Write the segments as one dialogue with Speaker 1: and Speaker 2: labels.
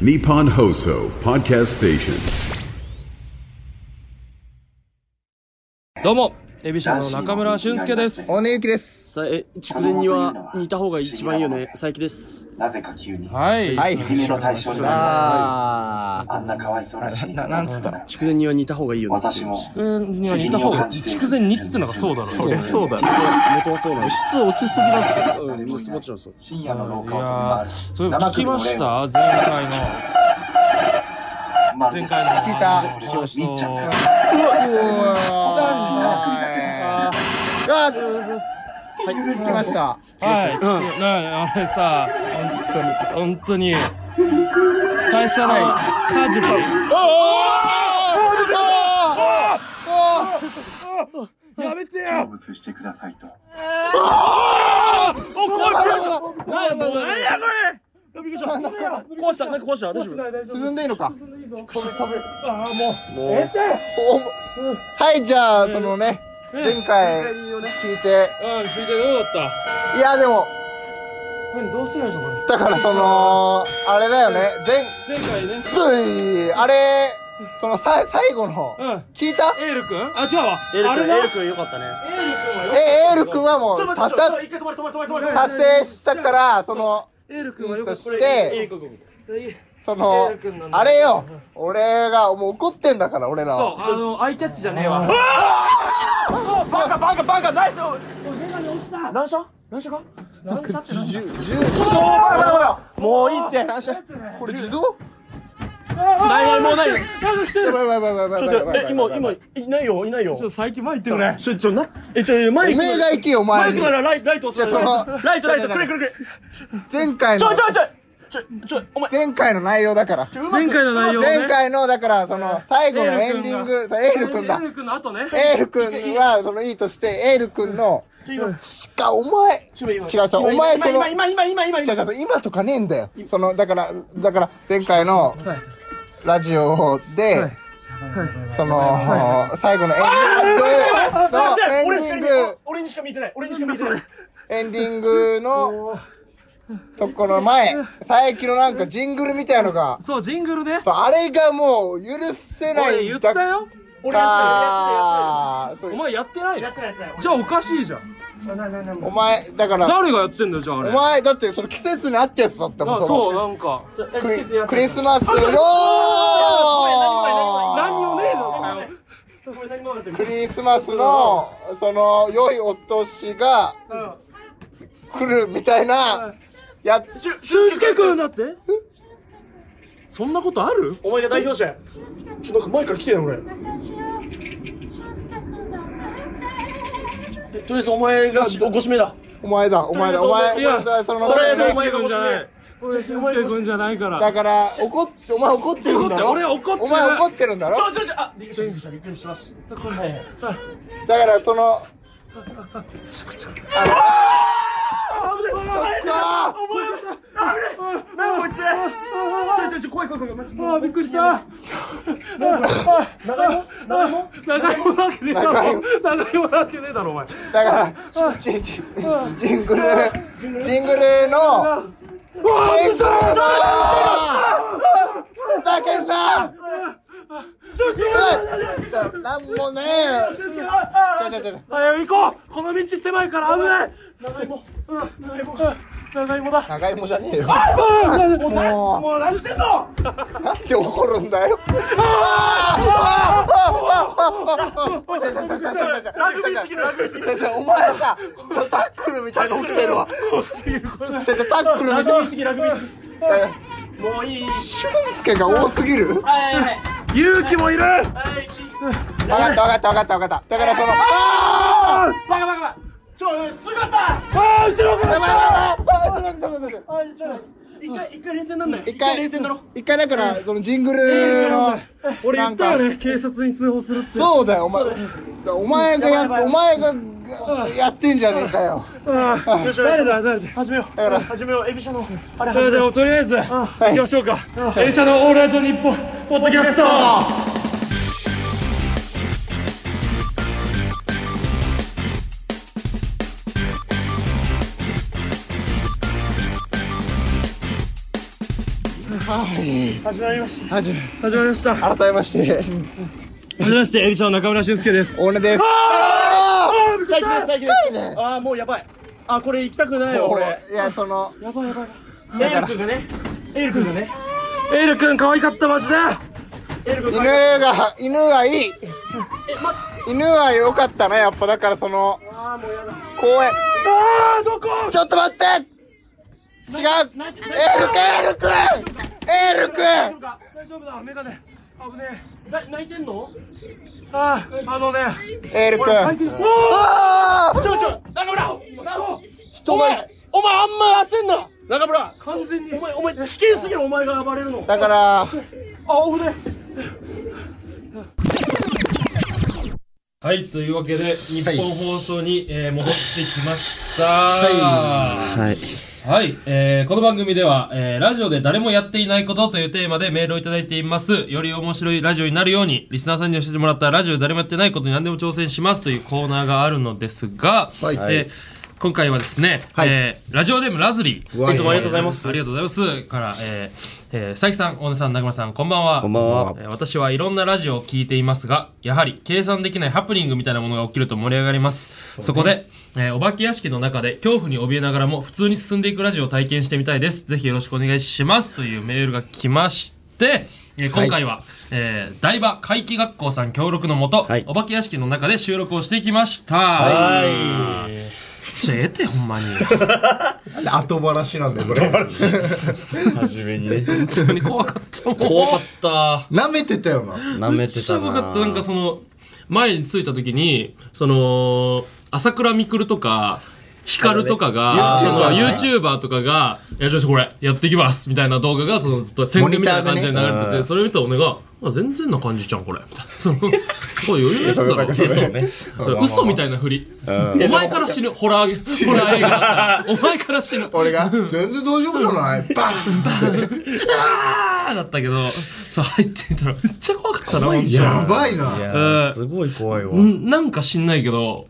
Speaker 1: Nippon Hoso Podcast Station.
Speaker 2: どうも、エビシャの中村俊介です。
Speaker 3: おねゆきです。
Speaker 4: さえ、筑前煮は煮た方が一番いいよね。佐伯です。
Speaker 5: なぜか急に、
Speaker 2: はい。
Speaker 3: はい。
Speaker 5: いじめの対象にな
Speaker 3: あ
Speaker 5: る。あんなかわいそうらし
Speaker 3: ー。
Speaker 5: い。
Speaker 3: な、なんつったの
Speaker 4: 筑前煮は煮た方がいいよね。
Speaker 5: 私も、
Speaker 2: 筑前煮は似た方が、筑前煮っつってのがそうだろ。
Speaker 3: そりゃそうだね。
Speaker 4: 元はそうなの。
Speaker 3: 質落ちすぎなんですよ。
Speaker 4: うん、ももちろんそう。
Speaker 5: 深夜の
Speaker 2: い
Speaker 5: 廊下を
Speaker 2: やー、そういえば聞きまし
Speaker 5: 生
Speaker 2: た前回の。前回の。
Speaker 3: 聞いた
Speaker 2: 聞きまし
Speaker 5: みっちゃ
Speaker 2: た。
Speaker 5: ん
Speaker 3: うわ
Speaker 2: あ
Speaker 3: ーあー、聞きました。
Speaker 2: ーはい。うん。なあれさ、
Speaker 3: 本当に。
Speaker 2: 本当に、最初の、カーディ
Speaker 3: おー
Speaker 2: やめてよ
Speaker 5: 物してくださいと。
Speaker 2: お、怖い怖い
Speaker 3: おー
Speaker 2: 怖いもう何やこれびっくりした
Speaker 3: なんか
Speaker 4: 壊した、なんか壊した大丈夫
Speaker 3: 進んでいいのか飛ぶ飛ぶ。
Speaker 2: あーもう。
Speaker 4: も
Speaker 3: おはい、じゃあ、そのね、前回聞いて、
Speaker 2: うん、聞いてどうだった
Speaker 3: いや、でも、
Speaker 2: 何どうすりゃいいのこれ
Speaker 3: だからその、あれだよね、前、
Speaker 2: 前回ね
Speaker 3: どいあれ、そのさ、最後の
Speaker 2: うん、
Speaker 3: 聞いた
Speaker 2: エールくんあ違うわ
Speaker 4: うエル
Speaker 2: あれ
Speaker 4: 君、
Speaker 2: なエ
Speaker 4: エ
Speaker 2: ー
Speaker 4: ル
Speaker 2: ル
Speaker 4: 君よかったね。
Speaker 2: 君はよ
Speaker 3: え、エール君はも
Speaker 2: ちょ
Speaker 3: う、
Speaker 2: ったと待っ
Speaker 3: た
Speaker 2: てちょっと一回止まれ止まれ止まれ止まれ
Speaker 3: 達成したから、その、
Speaker 2: エール君はよかった
Speaker 3: いいと
Speaker 2: こ
Speaker 3: して
Speaker 2: れエール君これいい
Speaker 3: その
Speaker 2: エール君なん、だ
Speaker 3: あれよ、俺が、もう怒ってんだから、俺ら
Speaker 2: そ
Speaker 3: は。
Speaker 2: うあのアイキャッチじゃねえわうわーバカバカバカ大丈夫乱射乱射か乱射って何
Speaker 3: じゅじゅ
Speaker 4: もういいって話。ない
Speaker 3: これ自動
Speaker 4: ない、もうないよ。
Speaker 2: なんか来てる
Speaker 3: やばいやばいやばい
Speaker 4: ち
Speaker 3: や
Speaker 4: ょ
Speaker 3: ば
Speaker 4: っ
Speaker 3: いやばいやば
Speaker 4: と、え、
Speaker 3: い
Speaker 4: 今、
Speaker 3: やば
Speaker 4: 今、
Speaker 3: い。
Speaker 4: いないよ、いないよ。
Speaker 2: ちょっと最近前行ってくれ
Speaker 4: ちょ、ちょ、な、え、ちょ、前
Speaker 3: おめえが行けよ、お前
Speaker 4: 前
Speaker 3: に。
Speaker 4: 行
Speaker 3: じ
Speaker 4: くな
Speaker 3: ゃ
Speaker 4: らライト、ライト、
Speaker 3: あその、
Speaker 4: ライト、ライト、
Speaker 3: じゃ
Speaker 4: く
Speaker 3: あ
Speaker 4: れくれくれ。
Speaker 3: 前回
Speaker 4: ち
Speaker 3: の
Speaker 4: ょ、、ちょ、ちょ、ちょ、ちょ、お前、
Speaker 3: 前回の内容だから。
Speaker 2: 前回の内容
Speaker 3: 前回の、だから、その、最後のエ
Speaker 2: エ
Speaker 3: ン
Speaker 2: ール
Speaker 3: デ
Speaker 2: 君
Speaker 3: ィ
Speaker 2: が
Speaker 3: ング、そうエール君だ
Speaker 2: エー。ル君の後ね
Speaker 3: エール君は、その、いいとして、エール君の、
Speaker 4: ちょ、今、
Speaker 3: しか、お前、違う違う、お前、その、
Speaker 4: 今、今、今、今、今、
Speaker 3: 違う違う今とかねえんだよそのだからだから前回のラジオで、その、最後のエン
Speaker 4: 俺
Speaker 3: デ
Speaker 4: し
Speaker 3: ィン
Speaker 4: か
Speaker 3: グでそ
Speaker 4: 見て
Speaker 3: の
Speaker 4: ない。俺にしか見てない。俺にしか見てない。
Speaker 3: エンディングエンディングのとこの前佐伯のなんかジングルみたいのが
Speaker 2: そうジングルね
Speaker 3: そうあれがもう許せない
Speaker 2: 言っ
Speaker 3: だ
Speaker 2: たよ
Speaker 4: 俺や
Speaker 3: かそう
Speaker 2: お前やってないの
Speaker 4: ってないやってない。
Speaker 2: じゃあおかしいじゃん
Speaker 3: お前だから
Speaker 2: 誰がやってんだよじゃああ
Speaker 3: お
Speaker 2: れ
Speaker 3: 前だってその季節に合ってやつだったも
Speaker 2: あ
Speaker 3: ん
Speaker 2: そ
Speaker 3: そう
Speaker 2: なんか
Speaker 4: やって
Speaker 3: ク
Speaker 4: ない
Speaker 3: リクリスマスの
Speaker 2: 何もねえのかよ
Speaker 3: クリスマスのその良いお年が来るみたいなやっ
Speaker 2: 俊介君だってそんなことある
Speaker 4: お前が代表者や。ちょ、なんか前から来てんの俺。とりあえずお前がご指名だ。
Speaker 3: お前だお前だお前
Speaker 2: いや
Speaker 3: だその
Speaker 4: これ
Speaker 2: 俊
Speaker 4: お
Speaker 2: 介
Speaker 4: 前が
Speaker 2: 君
Speaker 4: ご
Speaker 2: じゃな
Speaker 4: 指
Speaker 2: い
Speaker 4: 名。
Speaker 2: 俺俊介君じゃないから
Speaker 3: だから怒ってお前怒ってるん
Speaker 2: 怒って
Speaker 3: だろ
Speaker 2: る俺怒ってる
Speaker 3: お前怒ってるんだ
Speaker 4: ち
Speaker 3: ろ
Speaker 4: ょちょちょ、あ、びっくりした、びっくりしました。危
Speaker 3: だからその
Speaker 4: ない。
Speaker 3: あ
Speaker 4: 何こいつちょちょちょ、怖い怖い怖い。マジ
Speaker 2: あびっくりした
Speaker 4: 長いも長いも
Speaker 2: 長いもなわけねえだろ長いもなわけねえだろお前
Speaker 3: ーだからジジジングルジングルのジングルのふざけんなうんちょなんもねえよちょちょちょ
Speaker 2: 早く行こうこの道狭いから危ない
Speaker 4: 長いも長いも
Speaker 2: 長いもだ
Speaker 3: 長芋じゃねえよ
Speaker 4: もう何もう何してんの
Speaker 3: なんで怒るんだよ。
Speaker 2: ラグビーすぎるラグビーすぎる
Speaker 3: 先生、お前さ、ちょっとタックルみたいの起きてるわ。先生、タックルみたい
Speaker 4: ラグビーすぎラグビーす
Speaker 3: な。
Speaker 4: ぎもういい
Speaker 3: 俊介が多すぎる。わ
Speaker 4: はいはい
Speaker 2: 勇気もいる
Speaker 4: はい
Speaker 3: かった、わかった、わかった、わかった。だから、その。あー
Speaker 4: バカバカバカちょ姿
Speaker 2: ああ後ろから
Speaker 3: やばいやばいやばいあーちょっと待ってちょっと待って
Speaker 4: あちょ一回一回冷静なんだよ
Speaker 3: 一回
Speaker 4: 冷静だろ、
Speaker 3: 一回だから、そのジングルの。
Speaker 2: 俺言ったよ
Speaker 3: なん
Speaker 2: ね警察に通報するって
Speaker 3: そうだよ、お前。お前がや
Speaker 4: やば
Speaker 3: っ、
Speaker 4: いやばい
Speaker 3: お前が。やってんじゃねえかよ。
Speaker 2: ああ誰だ誰だ
Speaker 4: 始めよう
Speaker 3: だから
Speaker 4: 始めようエビシャのあれ
Speaker 2: えーでもとりあえず行きましょうか電車のオールナイトニッポンポッドキャスト
Speaker 3: はい
Speaker 4: 始まりました。
Speaker 3: 始め
Speaker 4: 始まりました。
Speaker 3: 改めまして
Speaker 4: はじめまして、エビシャの中村俊介です。
Speaker 3: 俺ですあ
Speaker 4: 最近です、最近
Speaker 3: ーね
Speaker 4: ああ、もうやばい。あー、これ行きたくないよ、これ。
Speaker 3: いやその
Speaker 4: やばいやばい。エール君がね、エール君がね。エール君可愛かった、マジで。エール
Speaker 3: 犬
Speaker 4: 君
Speaker 3: が犬がいい
Speaker 4: え、待っ
Speaker 3: 犬は良かったなやっぱだからその
Speaker 4: あー、もうやだ。
Speaker 3: 公園
Speaker 4: あー、どこ
Speaker 3: ちょっと待って違う
Speaker 4: なな
Speaker 3: エールくんエールくんエー
Speaker 4: 大
Speaker 3: ル
Speaker 4: 丈
Speaker 3: く
Speaker 4: 夫
Speaker 3: ん
Speaker 4: か大丈夫だ、メガネ。危ねえ。な泣いてんのあー、あのね。
Speaker 3: エールく
Speaker 4: 俺最
Speaker 3: ん
Speaker 4: 近、おー
Speaker 3: あー
Speaker 4: ちょちょ、中村中村
Speaker 3: 人がいる
Speaker 4: お前あんま焦んな中村完全にお前、お前危険すぎるお前が暴れるの
Speaker 3: だから
Speaker 4: あ、危ね
Speaker 2: はい、というわけで、日本放送に、えー戻ってきました。
Speaker 6: は。
Speaker 2: はいい。えーこの番組では、えーラジオで誰もやっていないことというテーマでメールをいただいています。より面白いラジオになるように、リスナーさんに教えてもらったラジオで誰もやってないことに何でも挑戦しますというコーナーがあるのですが、
Speaker 3: はい
Speaker 2: えー今回はですね、
Speaker 3: はい
Speaker 2: えーラジオネームラズリ
Speaker 3: わ
Speaker 2: ー。
Speaker 3: いつもありが
Speaker 4: とうございます
Speaker 2: ありがとうございます。から、えーえー佐伯さん、大根さん、中村さん、こんばんは。
Speaker 6: こんばんは。
Speaker 2: えー私はいろんなラジオを聞いていますがやはり計算できないハプニングみたいなものが起きると盛り上がりますそ,、こで、えーお化け屋敷の中で恐怖に怯えながらも普通に進んでいくラジオを体験してみたいですぜひよろしくお願いしますというメールが来ましてえー今回は、えー台場怪奇学校さん協力のもと、
Speaker 6: はい
Speaker 2: お化け屋敷の中で収録をしてきました。い。ちょ、ええって、ほんまに。
Speaker 3: 後話なんだよこれ
Speaker 6: 初めにね。
Speaker 2: 普通に怖かったもん。
Speaker 6: 怖かった。
Speaker 3: 舐めてたよな
Speaker 6: 舐め
Speaker 2: めってち
Speaker 6: た
Speaker 2: ゃ
Speaker 6: な。
Speaker 2: 怖かったなんかその前に着いた時にその朝倉未来とか光とかが、その
Speaker 3: YouTuber ね
Speaker 2: YouTuber とかが「いやちょっとこれやっていきます」みたいな動画がそのずっと宣伝みたいな感じで流れ
Speaker 6: モニター
Speaker 2: て
Speaker 6: で
Speaker 2: て
Speaker 6: ね
Speaker 2: それ見た俺が「あ全然な感じじゃんこれ」みたいなそのこれ余裕のやつだろ
Speaker 3: いやそれだけそ
Speaker 2: い
Speaker 3: れ
Speaker 2: やそう
Speaker 3: うん
Speaker 2: 嘘みたいな振りお前から死ぬホラーホラー映画だからお前から死ぬ
Speaker 3: 俺が全然大丈夫じゃないバン
Speaker 2: あーだったけどそう入ってみたらめっちゃ怖かったな本当に
Speaker 3: やばい
Speaker 6: い
Speaker 3: な
Speaker 6: や
Speaker 2: う
Speaker 6: ー
Speaker 2: ん
Speaker 6: すごい怖いわ。
Speaker 2: うんなんか知んないけど、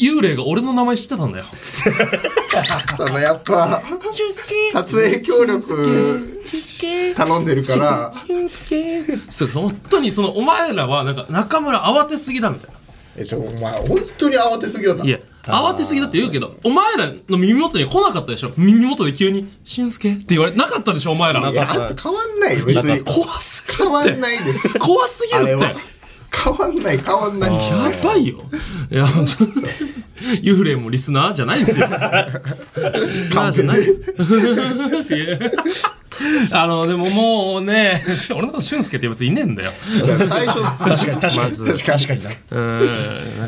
Speaker 2: 幽霊が俺の名前知ってたんだよ。
Speaker 3: そのやっぱ撮影協力頼んでるから
Speaker 2: そう、本当にそのお前らは、なんか中村慌てすぎだみたいな。
Speaker 3: えちょお前本当に慌てすぎよった
Speaker 2: いや、慌てすぎだって言うけど、お前らの耳元には来なかったでしょ耳元で急に、俊介って言われなかったでしょお前ら。
Speaker 3: いやあんた変わんないよ別に
Speaker 2: 怖すぎ
Speaker 3: 変わ
Speaker 2: るっ
Speaker 3: ん
Speaker 2: て。
Speaker 3: ないです
Speaker 2: 怖すぎ
Speaker 3: あ
Speaker 2: るって。
Speaker 3: れは
Speaker 2: や
Speaker 3: 変わんない変わんない
Speaker 2: ばいよ。いや、 本当に幽霊もリスナーじゃないんですよ。
Speaker 3: 完璧
Speaker 2: あの、でももうね、俺のこと俊介って別にいねえんだよ。
Speaker 3: じゃあ最初確かに
Speaker 2: まず。
Speaker 6: 確かにな。
Speaker 2: うん。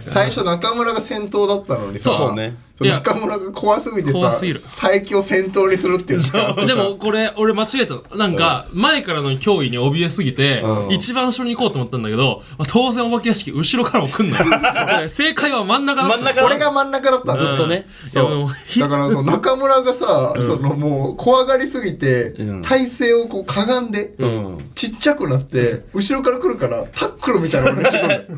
Speaker 3: 最初中村が先頭だったのにさ
Speaker 2: そう
Speaker 6: ね
Speaker 3: そう
Speaker 2: いや
Speaker 3: 中村が怖すぎてさ
Speaker 2: 怖すぎる
Speaker 3: 最強先頭にするっていうさ
Speaker 2: でもこれ俺間違えたなんか前からの脅威に怯えすぎて
Speaker 3: うん
Speaker 2: 一番後ろに行こうと思ったんだけどまあ当然お化け屋敷後ろからも来んのよで正解は真ん中だった
Speaker 6: 真ん 中
Speaker 3: 俺が真ん中だったの
Speaker 6: ずっとね。
Speaker 2: いやもう
Speaker 3: そ うだからその中村がさ、そのもう怖がりすぎて、
Speaker 6: うん
Speaker 3: 体勢をこうかがんで、
Speaker 6: うん。
Speaker 3: ちっちゃくなって後ろから来るからタックルみたいなのが来てくる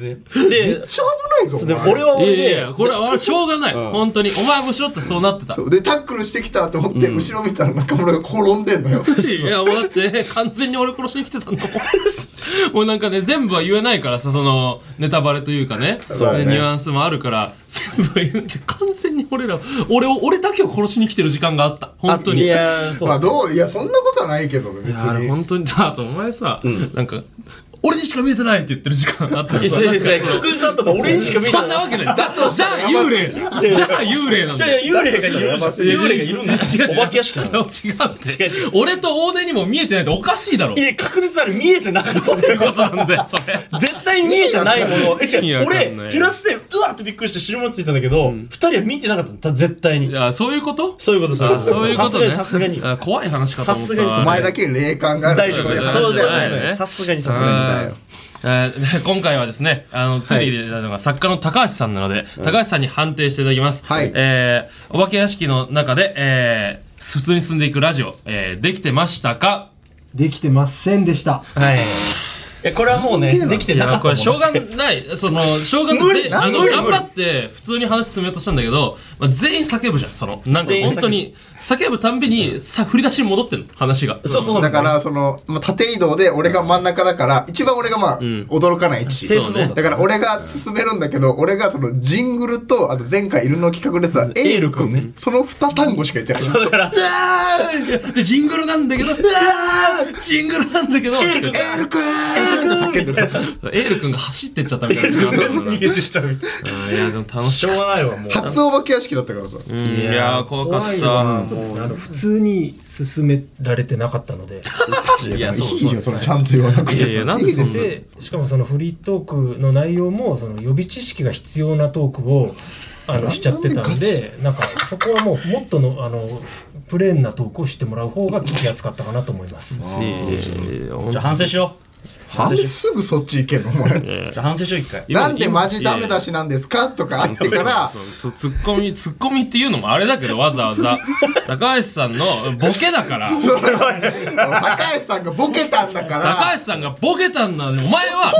Speaker 3: めっ
Speaker 6: で、
Speaker 3: ちゃ危ないぞ
Speaker 6: そ
Speaker 3: お
Speaker 6: で
Speaker 3: 前
Speaker 6: 俺は俺
Speaker 2: いやい
Speaker 6: で
Speaker 2: や、これはしょうがない本当にお前後ろってそうなってた
Speaker 3: そうでタックルしてきたと思って、後ろ見たら中村が転んでんのよ
Speaker 2: いやもうだって完全に俺殺しに来てたんだもんもうなんかね全部は言えないからさそのネタバレというかね
Speaker 3: そうね
Speaker 2: ニュアンスもあるから全部は言えなくて完全に俺ら俺を俺だけを殺しに来てる時間があった本当に
Speaker 6: いやー、そ
Speaker 3: まあ
Speaker 6: う。
Speaker 3: どういやそんなことはないけどね別
Speaker 2: いやあれ
Speaker 3: に
Speaker 2: 本当にだあとお前さ、なんか俺にしか見えてないって言ってる時間あったの
Speaker 6: え、 そうですね。確実だったの俺にしか見え
Speaker 2: そん
Speaker 6: た
Speaker 2: な
Speaker 6: ない。
Speaker 2: わけないだとじゃあ幽霊じゃんじゃあ幽霊なん
Speaker 6: じゃ
Speaker 2: だ
Speaker 6: あ
Speaker 2: よ
Speaker 6: 幽霊がいるじゃん。幽霊がいるんだよ。
Speaker 2: 違う違う
Speaker 6: お化け屋敷な
Speaker 2: 違
Speaker 6: の。
Speaker 2: うって
Speaker 6: 違う違う
Speaker 2: 俺と大根にも見えてないっておかしいだろっ
Speaker 6: い
Speaker 2: て
Speaker 6: や、確実あれ見えてなかったんだよ。
Speaker 2: ことなんだよ それ
Speaker 6: 絶対見えてないもの。え、
Speaker 2: 意味
Speaker 6: 違う。
Speaker 2: わかんない
Speaker 6: 俺、照らして、うわってびっくりして汁もついたんだけど、二人は見てなかったのた絶対
Speaker 2: い
Speaker 6: に。
Speaker 2: やそういうこと
Speaker 6: そういうこと、そういう
Speaker 2: あ
Speaker 6: こ
Speaker 2: そう
Speaker 6: と。
Speaker 2: いう
Speaker 6: さ
Speaker 2: こ
Speaker 6: す
Speaker 2: とね
Speaker 6: がに、さすがに。
Speaker 2: あ怖い話かと思った
Speaker 6: さすがに
Speaker 2: わ
Speaker 3: お
Speaker 6: さすが
Speaker 3: 前だけ霊感がある
Speaker 6: 大丈夫
Speaker 3: そう
Speaker 6: だ
Speaker 3: いう
Speaker 6: よ。そう
Speaker 3: 話
Speaker 6: じ
Speaker 3: だ
Speaker 6: ゃ
Speaker 3: よね
Speaker 6: ない
Speaker 2: ね
Speaker 6: ね。さすがにさす
Speaker 3: う
Speaker 6: が
Speaker 3: ん
Speaker 6: に。
Speaker 3: だよ
Speaker 2: えー 今回はですね、あの、ついていただいたのが作家の高橋さんなので、高橋さんに判定していただきます。
Speaker 3: はい
Speaker 2: えーお化け屋敷の中で、えー普通に進んでいくラジオ、えーできてましたか
Speaker 7: できてませんでした。
Speaker 6: はい。いやこれはもうね、できて
Speaker 2: い
Speaker 6: なか
Speaker 2: や
Speaker 6: った
Speaker 2: これ
Speaker 6: もん。
Speaker 2: しょうがない そのしょうが
Speaker 6: 無
Speaker 2: ない
Speaker 6: 理
Speaker 2: ぜあの
Speaker 6: 無理
Speaker 2: 頑張って普通に話進めようとしたんだけど、まあ、全員叫ぶじゃんそのなんか
Speaker 6: 全員叫ぶ
Speaker 2: 本当に叫ぶたんびにさ振り出しに戻ってんの話が
Speaker 6: そうそう。
Speaker 3: だから、その、まあ、縦移動で俺が真ん中だから、一番俺がまあ、驚かない位置。
Speaker 6: セーフゾーンだ
Speaker 3: だから俺が進めるんだけど、俺がそのジングルと、あと前回いるの企画で出てたエールくん、その二単語しか言ってない。
Speaker 6: だから、
Speaker 2: あーでジングルなんだけどあージングルなんだけど
Speaker 3: エールくんって叫んでた。
Speaker 2: エール君が走ってっちゃったみた いな時間あったもんな
Speaker 6: 逃げてっちゃうみたい
Speaker 2: うんいやでも楽
Speaker 6: な。
Speaker 2: し
Speaker 6: しょうがないわ、もう。
Speaker 3: 初お化け屋敷だったからさ。
Speaker 2: いいやー怖かった
Speaker 7: そうですねあの普通に進められてなかったので
Speaker 3: いや、そういいよ、そのちゃんと言わなく
Speaker 2: い
Speaker 3: て。
Speaker 2: やいやなん
Speaker 3: い
Speaker 2: で
Speaker 3: い
Speaker 2: そ
Speaker 3: で
Speaker 2: ん
Speaker 3: す
Speaker 2: な
Speaker 3: よ。
Speaker 7: でしかもそのフリートークの内容もその予備知識が必要なトークをあのしちゃってたんでなんかそこはもうもっとのあのプレーンなトークをしてもらう方が聞きやすかったかなと思います。
Speaker 2: いやほん
Speaker 6: じゃあ反省しよ
Speaker 3: なんですぐそっち行けんのお前。
Speaker 6: う。じゃあ反省しよう、一回。
Speaker 3: なんでマジダメ出しなんですかとかあってから、
Speaker 2: そうツッコミツッコミっていうのもあれだけどわざわざ高橋さんのボケだ から
Speaker 3: そう高橋さんがボケたんだから
Speaker 2: 高、橋さんがボケたんだねお前は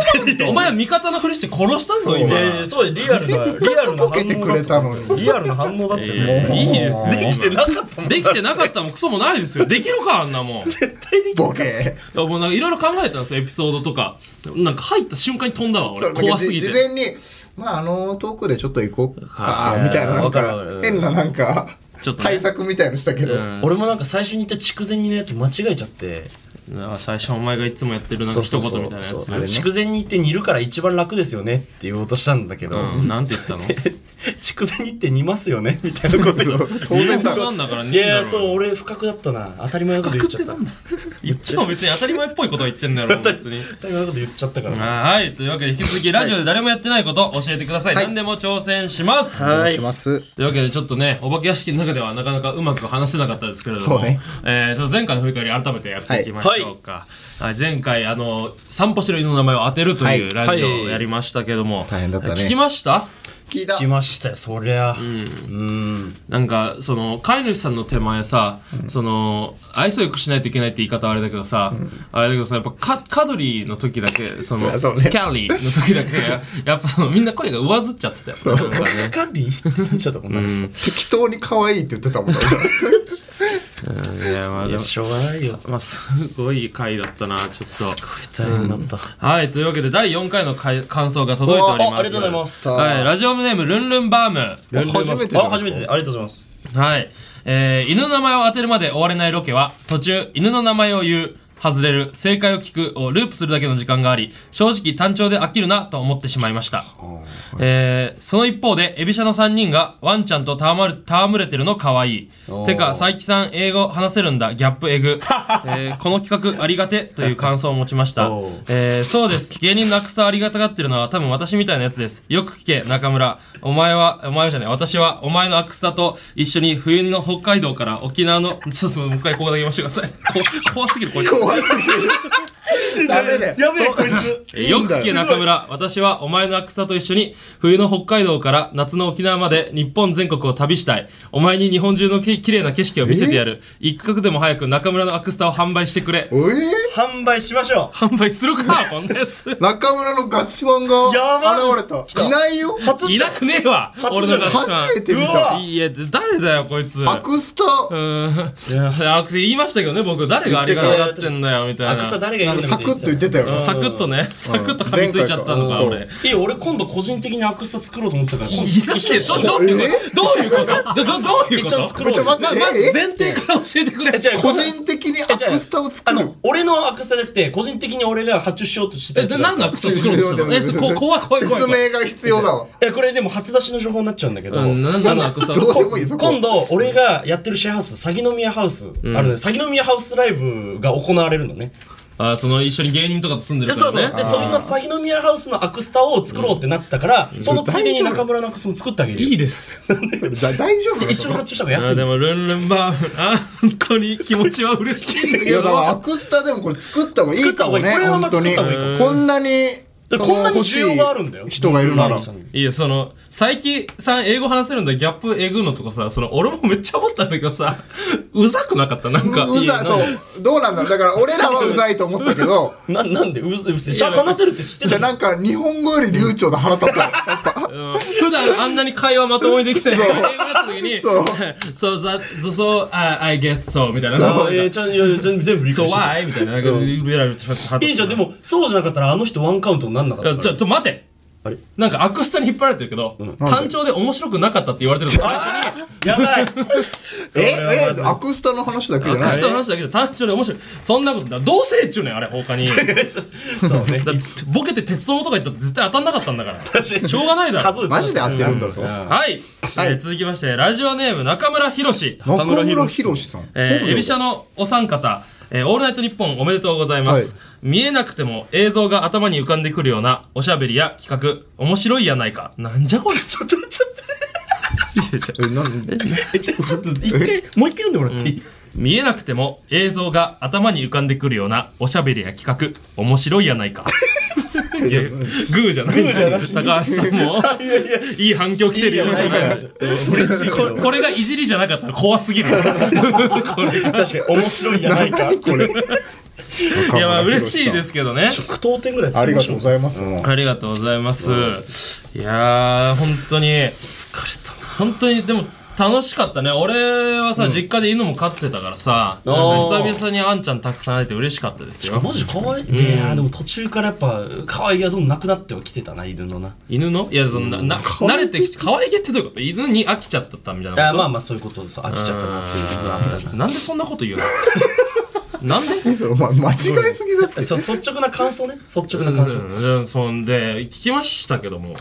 Speaker 2: お前は味方のふりして殺したぞ今
Speaker 6: いやいや、そう、リアルな、リアルな反応だった。
Speaker 3: ボケてくれたのに。
Speaker 6: リアルな反応だった
Speaker 2: い
Speaker 6: よ、
Speaker 2: やいやいいですよ
Speaker 6: できてなかったもん。
Speaker 2: できてなかったもんクソもないですよできるかあんな もん
Speaker 3: ボケ。
Speaker 2: だからもうなんかいろいろ考えたんですよエピソードとかなんか入った瞬間に飛んだわ
Speaker 3: そ
Speaker 2: 俺
Speaker 3: うなんか
Speaker 2: 怖
Speaker 3: じ
Speaker 2: すぎて
Speaker 3: 事前に、まあ、あのトークでちょっと行こうか
Speaker 2: は、い
Speaker 3: みたいな、なん
Speaker 2: わかるわか
Speaker 3: か
Speaker 2: る、
Speaker 3: 変ななんか
Speaker 2: ちょっ、とね
Speaker 3: 対策みたいのしたけど、
Speaker 6: 俺もなんか最初に言った筑前煮のやつ間違えちゃって。
Speaker 2: なんか最初お前がいつもやってるなんか一言みたいなやつ
Speaker 6: そうそう筑前煮って煮るから一番楽ですよねって言おうとしたんだけど、
Speaker 2: うんなんて言ったの
Speaker 6: 筑前煮って煮ますよねみたいなこと言う
Speaker 3: 当然だ
Speaker 2: な
Speaker 3: ろ。
Speaker 2: んだからね
Speaker 6: いやいやそう俺不覚だったな当たり前のこと言っちゃった当
Speaker 2: いつも別に当たり前っぽいことは言ってんだろ別に
Speaker 6: たり前のこと言っちゃったから
Speaker 2: あーはいというわけで引き続きラジオで誰もやってないこと教えてください、
Speaker 3: はい
Speaker 2: 何でも挑戦します、
Speaker 3: お願いします。
Speaker 2: というわけでちょっとねお化け屋敷の中ではなかなかうまく話せなかったですけれど
Speaker 3: そ
Speaker 2: も、
Speaker 3: うね
Speaker 2: えーちょっと前回の振り返り改めてやっていきましょうか、はい前回あの散歩しろ犬の名前を当てるという
Speaker 3: は
Speaker 2: ラジオをやりましたけども、
Speaker 3: 大変だったね
Speaker 2: 聞きました
Speaker 3: 聞いた
Speaker 6: 来。ましたよそりゃ
Speaker 2: なんかその飼い主さんの手前さ、その愛想よくしないといけないって言い方はあれだけどさ、あれだけどさやっぱカカドリーの時だけそ の
Speaker 3: そうね
Speaker 2: キャリーの時だけやっぱそのみんな声が上ずっちゃってたよねなんかね
Speaker 6: 管理ってなっちゃったもんな、
Speaker 3: 適当に可愛いって言ってたもんな。
Speaker 2: いやまあ
Speaker 6: い
Speaker 2: でも
Speaker 6: やしょうがないよ
Speaker 2: まあすごい回だったなちょっと。
Speaker 6: 大変だった、
Speaker 2: はい、というわけで第4回のかい感想が届いております。
Speaker 6: あありがとうございます
Speaker 2: はい、ラジオネームルンルンバーム。
Speaker 3: 初めてじゃ
Speaker 6: あ
Speaker 3: ん
Speaker 6: 初めてでありがとうございます
Speaker 2: はい。えー、犬の名前を当てるまで終われないロケは、途中、犬の名前を言う、外れる、正解を聞くをループするだけの時間があり、正直単調で飽きるなと思ってしまいました。えー、その一方で、エビシャの3人が、ワンちゃんと戯れ戯れてるの可愛い。てか、佐伯さん英語話せるんだ、ギャップえ ぐ。えーこの企画ありがてという感想を持ちました。えー、そうです。芸人のアクスターありがたがってるのは多分私みたいなやつです。よく聞け、中村。お前は、お前はじゃない、私はお前のアクスタと一緒に冬の北海道から沖縄の、ちょっともう一回ここだけ言わせてください。 こ怖すぎる、こいつ。
Speaker 3: 怖すぎる。ダメだよ。
Speaker 6: やべえこいつ
Speaker 2: えーよく聞け中村私はお前のアクスタと一緒に冬の北海道から夏の沖縄まで日本全国を旅したいお前に日本中のき綺麗な景色を見せてやる一刻でも早く中村のアクスタを販売してくれ
Speaker 3: おえ
Speaker 6: 販売しましょ
Speaker 2: 販売するかこんなやつ
Speaker 3: 中村のガチファン
Speaker 6: やば
Speaker 3: が現れた。いないよ。
Speaker 2: いなくねえわ俺のガチ
Speaker 3: 初めて見
Speaker 6: うわ
Speaker 3: た。
Speaker 2: いや誰だよこいつ
Speaker 3: アクスタ、
Speaker 2: うーんいやアクス言いましたけどね僕誰がありがたがってんだよみた
Speaker 6: う
Speaker 2: い
Speaker 6: ア
Speaker 2: な
Speaker 6: クサ
Speaker 2: サ
Speaker 6: 誰がいいんだみた
Speaker 3: サ
Speaker 6: い
Speaker 3: ク
Speaker 6: な
Speaker 3: ッと言ってたよ。
Speaker 2: クッとねサクッと噛みついちゃったの
Speaker 3: 前回
Speaker 2: か
Speaker 3: か
Speaker 2: 俺
Speaker 6: いや俺今度個人的にアクスタ作ろうと思ってたから今度
Speaker 2: いやいやどどういうことどういうことどどどういう
Speaker 6: 一
Speaker 2: こ
Speaker 6: 緒
Speaker 2: と
Speaker 6: に作ろう
Speaker 3: ちょ
Speaker 6: よ
Speaker 3: 待
Speaker 2: ま
Speaker 3: って、
Speaker 2: ま
Speaker 3: え
Speaker 2: ず
Speaker 3: え
Speaker 2: 前提から教えてくれ。
Speaker 6: じゃあ
Speaker 3: 個人的にアクスタを
Speaker 6: あ
Speaker 3: 作る
Speaker 6: の俺のアクスタじゃなくて個人的に俺が発注しようとしてた
Speaker 2: え、
Speaker 6: やつ
Speaker 2: で、
Speaker 6: が
Speaker 2: 何のアクセス作るんですかえ、こ怖い怖い怖い
Speaker 3: 説
Speaker 2: 怖い。
Speaker 3: 明が必要だわ。
Speaker 6: えこれでも初出しの情報になっちゃうんだけど、
Speaker 2: うん、何のアクセス
Speaker 3: どうでもいいぞ。こ
Speaker 6: 今度俺がやってるシェアハウスサギノミヤハウス、あるねサギノミヤハウスライブが行われるのね
Speaker 2: あ、その一緒に芸人とかと住んで
Speaker 6: で
Speaker 2: るか
Speaker 6: そうそう
Speaker 2: らね。
Speaker 6: でそういうのサギノミヤハウスのアクスタを作ろうってなったから、そのついでに中村のアクスタも作ってあげるよ
Speaker 2: いいです。
Speaker 3: だ大丈夫
Speaker 6: 一緒に発注した方が安
Speaker 2: あ、
Speaker 6: いん
Speaker 2: で
Speaker 6: です
Speaker 2: も、
Speaker 6: よ
Speaker 2: ルンルンバーン、あ、本当に気持ちは嬉しいんだ
Speaker 3: い
Speaker 2: け
Speaker 3: やだ
Speaker 2: ど。
Speaker 3: からアクスタでもこれ作った方がいいかもね
Speaker 6: 作った方がいいこれはま
Speaker 3: 本
Speaker 6: あ
Speaker 3: 当に
Speaker 6: 作った方がいいか
Speaker 3: こんなに
Speaker 6: こんなに需要があるんだよ
Speaker 3: その欲しい人がいるなら
Speaker 6: うん
Speaker 2: いや、その、佐伯さん英語話せるんだギャップえぐのとかさその俺もめっちゃ思ったんだけどさ うざくなかったなんか
Speaker 3: うざそうどうなんだろうだから俺らはうざいと思ったけど
Speaker 6: な、なんで、うずうず、しゃ話せるって知って
Speaker 3: じゃあ
Speaker 6: た
Speaker 3: なんか日本語より流暢で腹立ったやっぱ
Speaker 2: うん普段あんなに会話まともにできて英語
Speaker 3: そう
Speaker 2: やった時に
Speaker 3: そう
Speaker 2: 「そうざそうそうあ I guess so」みたいな「
Speaker 6: あえーちゃん、いやいや全部、全部理
Speaker 2: そう
Speaker 6: 解し
Speaker 2: why?」みた
Speaker 6: てた
Speaker 2: いななんか
Speaker 6: うん
Speaker 2: ベラベラと話
Speaker 6: いいじゃん、でも、そうじゃなかったら、あの人ワンカウントになんなか
Speaker 2: いや
Speaker 6: った。
Speaker 2: ちょ、ちょ、待て
Speaker 6: あれ
Speaker 2: なんか、アクスタに引っ張られてるけど、単調で面白くなかったって言われてるの。ア
Speaker 6: やばい
Speaker 3: ええアクスタの話だけじゃな
Speaker 2: ク
Speaker 3: い
Speaker 2: スタの話だけど、単調で面白い。そんなことだ。どうせえっちゅうねん、あれ、他に。だ
Speaker 6: そうね。
Speaker 2: ってボケて鉄道のとか言ったら絶対当たんなかったんだから。しょうがないだろ。
Speaker 6: 数打ち
Speaker 3: マジで合ってるんだぞ
Speaker 2: はい、えー続きまして、ラジオネーム、中村博士。
Speaker 3: 中村博さん
Speaker 2: えー、エビシャのお三方、えーオールナイトニッポンおめでとうございます、
Speaker 3: は
Speaker 2: 見えなくても映像が頭に浮かんでくるようなおしゃべりや企画、面白いやないか。なんじゃこれ。ちょっと、ちょっと。
Speaker 3: えなん
Speaker 6: ちょっと、一回、もう一回読んでもらっていい
Speaker 2: 見えなくても映像が頭に浮かんでくるようなおしゃべりや企画面白いやないかいやグーじゃない高橋さんもいい反響来てるよ
Speaker 6: 嬉しいけど
Speaker 2: ここれがいじりじゃなかったら怖すぎるこれが
Speaker 6: 確かに、面白いやないか。
Speaker 3: これ
Speaker 2: いやまあ嬉しいですけどね
Speaker 6: 句読点ぐらい
Speaker 3: ありがとうござ
Speaker 6: い
Speaker 3: いますもう
Speaker 2: ありがとうございます、いやー本当に疲れたな本当にでも楽しかったね俺はさ、実家で犬も飼ってたからさなんか久々にあんちゃんたくさん会えて嬉しかったですよ
Speaker 6: マジ可愛い。いやーでも途中からやっぱ、可愛いがどんどんなくなってはきてたな、犬のな。
Speaker 2: 犬のいやそんな、な慣れてきて可愛げってどういうこと犬に飽きちゃったみたいな
Speaker 6: あ
Speaker 2: こ
Speaker 6: まあまあそういうことです。飽きちゃったなっていうのがあった
Speaker 2: となんでそんなこと言うのなんで
Speaker 3: それま間違いすぎだって
Speaker 6: な。そう率直な感想ね。率直な感想。
Speaker 2: うんそんで聞きましたけども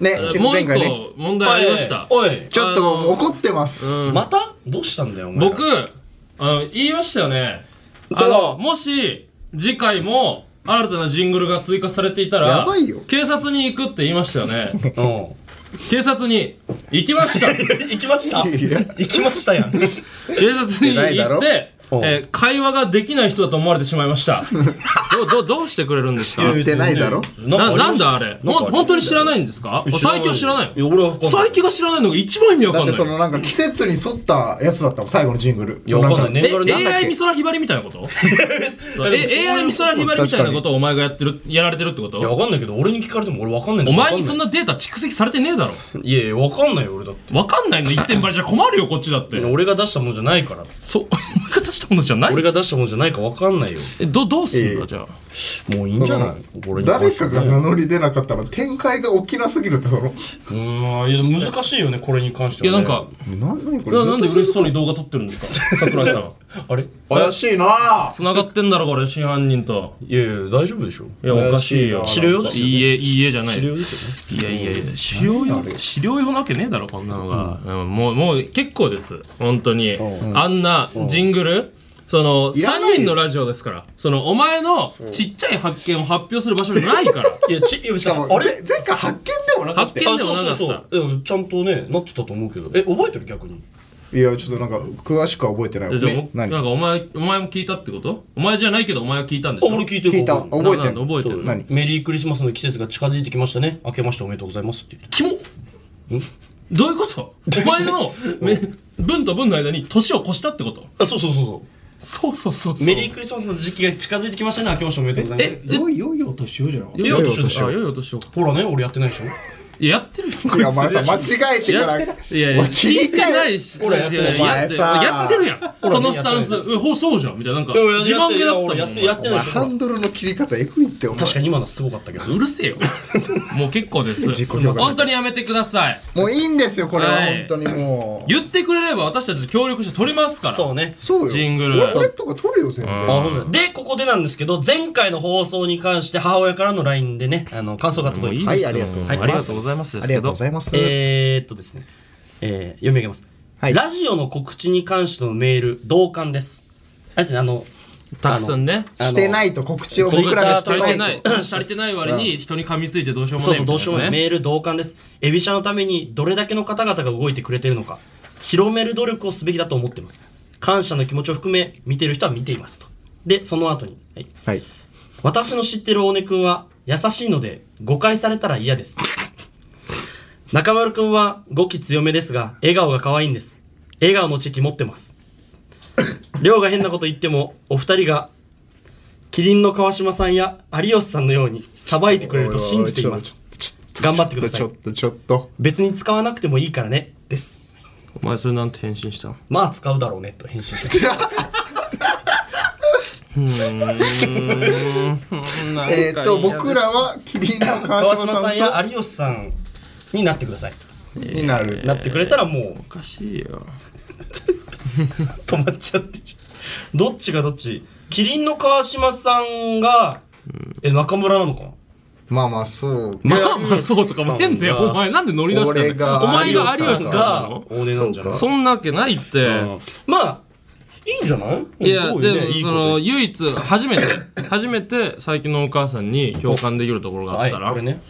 Speaker 3: ね
Speaker 2: もう
Speaker 3: 前
Speaker 2: 一
Speaker 3: 回ね
Speaker 2: 個問題ありました、
Speaker 6: おいおい
Speaker 3: ちょっともう怒ってます
Speaker 6: またどうしたんだよ、お前ら
Speaker 2: 僕あの言いましたよねあ
Speaker 3: そう
Speaker 2: のもし次回も新たなジングルが追加されていたら
Speaker 3: やばいよ
Speaker 2: 警察に行くって言いましたよね
Speaker 6: うん。
Speaker 2: 警察に行きました
Speaker 6: 行きました
Speaker 3: いや
Speaker 6: 行きまし たやん。
Speaker 2: 警察に
Speaker 3: ないだ
Speaker 2: 行っ
Speaker 3: ろ
Speaker 2: て、
Speaker 6: うん
Speaker 2: えー会話ができない人だと思われてしまいました。どうどうどうしてくれるんですか
Speaker 3: 言ってないだろ
Speaker 2: ななんだあれほん本当に知ら
Speaker 6: い
Speaker 2: ないんですか
Speaker 6: 知らない
Speaker 2: 最近知らない
Speaker 6: いや俺は分かんない
Speaker 2: 最近が知らないのが一番意味わ
Speaker 3: だ
Speaker 2: か
Speaker 3: っ
Speaker 2: ん
Speaker 3: て
Speaker 2: ない
Speaker 3: そのなんか季節に沿ったやつだったもん最後のジングル
Speaker 6: やわかんない
Speaker 3: ね
Speaker 6: ね
Speaker 2: え
Speaker 6: これなんだっ
Speaker 2: AI
Speaker 6: け
Speaker 2: 美空ひばりみたいなこと え AI 美空ひばりみたいなことをお前がやってるやられてるってこ
Speaker 6: いや、わ
Speaker 2: と
Speaker 6: かんないけど、俺に聞かれても俺わかんない
Speaker 2: お前にそん
Speaker 6: な。
Speaker 2: なデータ蓄積されてねえだろ
Speaker 6: いやいや、わかんないよ、俺だって。
Speaker 2: わかんないの一点張りじゃ困るよこっちだって
Speaker 6: 俺が出したもんじゃないから。
Speaker 2: そうお前が出したものじゃない
Speaker 6: 俺が出したもんじゃないかわかんないよ。
Speaker 2: えどどうすん
Speaker 3: ええ
Speaker 2: だじゃあ
Speaker 6: もういいんじゃない俺に
Speaker 3: 誰かが名乗り出なかったら展開が起きなすぎるってその
Speaker 6: うーん、いや、でも難しいよね、これに関し
Speaker 2: い
Speaker 6: て
Speaker 2: や
Speaker 6: は、
Speaker 2: なん
Speaker 6: ね。
Speaker 2: か
Speaker 3: な何こ
Speaker 2: な
Speaker 3: れ
Speaker 2: なんで
Speaker 3: ずっと
Speaker 2: 嬉しそうに動画撮ってるんですか桜井さんは
Speaker 6: あれ
Speaker 3: 怪しいな
Speaker 2: 繋がってんだろこれ真犯人と
Speaker 6: いやいや、大丈夫でしょ
Speaker 2: いやおかしいよ
Speaker 6: 資料用ですよね
Speaker 2: いいえいいえじゃない
Speaker 6: 知るよです
Speaker 2: いやいやいや、資料用、資料用なわけねえだろ、こんなのが。うんもう、もう結構です。本当に。あんなジングル、その、
Speaker 3: いらな
Speaker 2: 3
Speaker 3: い
Speaker 2: 人のラジオですから。その、お前のちっちゃい発見を発表する場所じゃない から。
Speaker 6: よね。いや、ち、いや、別
Speaker 3: しか
Speaker 6: に
Speaker 3: も
Speaker 6: あれ
Speaker 3: ぜ前回発見でもなかった
Speaker 2: 発見でもなか
Speaker 6: あ
Speaker 2: っ
Speaker 6: そうそうそういやちゃんとねなってたと思うけどえ覚えてる逆に
Speaker 3: いやちょっとなんか詳しくは覚えてない
Speaker 2: た。でも、なん
Speaker 3: 何
Speaker 2: かお前、お前も聞いたってことお前じゃないけど、お前は聞いたんで
Speaker 6: あ
Speaker 2: し
Speaker 6: 俺
Speaker 2: ょ
Speaker 6: 聞いてる
Speaker 3: 聞いた
Speaker 6: 覚えて
Speaker 2: ななんん
Speaker 3: 覚えて
Speaker 6: る
Speaker 2: だ覚えてる
Speaker 6: そう
Speaker 3: 何
Speaker 6: メリークリスマスの季節が近づいてきましたね明けましておめでとうございますって言って
Speaker 2: キモどういうことお前 の、め文と文の間に年を越したってこと
Speaker 6: あそうそうそうそ
Speaker 2: そうそうそうそう
Speaker 6: メリークリスマスの時期が近づいてきましたね明けましておめでとうございます
Speaker 2: え
Speaker 7: 良い良いお年をじゃなかった
Speaker 6: えよいお年
Speaker 2: あ
Speaker 6: を
Speaker 2: 良いお年を
Speaker 6: ほらね俺やってないでしょ
Speaker 2: いややってるよ
Speaker 3: いやお前さ間違えてから
Speaker 2: いやいや、
Speaker 3: お前
Speaker 2: 聞いてないし。
Speaker 6: 俺やってる
Speaker 2: いやいや
Speaker 3: お前
Speaker 2: やって
Speaker 3: さ
Speaker 2: やってるやん。そのスタンス、
Speaker 6: やっ
Speaker 2: え、ほそうじゃんみたいな、なんか、
Speaker 6: いやいや
Speaker 2: 自慢げだったもん。
Speaker 6: やってやって
Speaker 3: お
Speaker 6: な
Speaker 3: 前
Speaker 6: いでしょ
Speaker 3: ハンドルの切り方エグいってお前
Speaker 6: 確かに今のすごかったけど
Speaker 2: うるせえよ。もう結構です。
Speaker 3: 自己評価
Speaker 2: 本当にやめてください。
Speaker 3: もういいんですよこれは
Speaker 2: はい
Speaker 3: 本当にもう
Speaker 2: 言ってくれれば私たち協力して取りますから。
Speaker 6: そうね
Speaker 3: そうよ
Speaker 2: ジングル
Speaker 3: 俺これとか撮るよ全然
Speaker 6: でここでなんですけど前回の放送に関して母親からの LINE でねあの感想が届いてま
Speaker 2: も
Speaker 6: す
Speaker 2: ういい
Speaker 3: はいありがとうございます
Speaker 2: ありがとうございますですけど
Speaker 3: ありがとうございます
Speaker 6: えー、っとですね、えー、読み上げます、
Speaker 3: はい
Speaker 6: ラジオの告知に関してのメール、同感です。あれですね、あの、
Speaker 2: たくさんね。
Speaker 6: あの
Speaker 3: してないと告知を
Speaker 2: 僕
Speaker 3: 僕ら
Speaker 2: が
Speaker 3: がし
Speaker 2: 足り
Speaker 3: て
Speaker 2: て
Speaker 3: な
Speaker 2: ないい
Speaker 3: と。
Speaker 2: 足りてない割に人に噛みついてどうしようも
Speaker 6: そ
Speaker 2: ない
Speaker 6: うそ
Speaker 2: みた
Speaker 6: う、ど
Speaker 2: いう
Speaker 6: しよう
Speaker 2: な
Speaker 6: も
Speaker 2: やつね。
Speaker 6: ないメール同感です。エビシャのためにどれだけの方々が動いてくれているのか、広める努力をすべきだと思ってます。感謝の気持ちを含め、見てる人は見ていますと。で、その後に、はい、
Speaker 3: はい。
Speaker 6: 私の知ってる大根くんは優しいので誤解されたら嫌です。中丸くんは語気強めですが、笑顔が可愛いんです。笑顔のチェキ持ってます。りょうが変なこと言っても、お二人が、キリンの川島さんや有吉さんのように、さばいてくれると信じています。頑張ってくださ
Speaker 3: ちょっ
Speaker 6: い。
Speaker 3: とちょっと
Speaker 6: 別に使わなくてもいいからね、です。
Speaker 2: お前それなんて返信したの
Speaker 6: まあ使うだろうね、と返信して
Speaker 3: えーっと僕らはキリンの川
Speaker 6: 川
Speaker 3: 島
Speaker 6: 島さ
Speaker 3: さ
Speaker 6: んや
Speaker 3: ん
Speaker 6: 有吉さんになってください。
Speaker 3: とになる
Speaker 6: なってくれたらもう
Speaker 2: おかしいよ
Speaker 6: 止まっちゃってるどっちがどっちキリンの川島さんが、え中村なのかな
Speaker 3: まあまあそう
Speaker 2: まあまあそうとかも変だ
Speaker 6: 有吉さん
Speaker 2: よ
Speaker 6: が
Speaker 2: お前なんで乗り出したんだよ
Speaker 3: 俺が
Speaker 2: お前が有吉さんな
Speaker 6: が
Speaker 2: の
Speaker 6: 大根なんじゃない
Speaker 3: そう
Speaker 2: そんなわけないって
Speaker 6: まあいいんじゃない
Speaker 2: いや、
Speaker 6: そう
Speaker 2: で
Speaker 6: よね
Speaker 2: も、
Speaker 6: いい
Speaker 2: そ
Speaker 6: こと
Speaker 2: の、唯一、初めて、 初めて、最近のお母さんに共感できるところがあ
Speaker 6: は
Speaker 2: っ
Speaker 6: い
Speaker 2: たら、
Speaker 6: これね、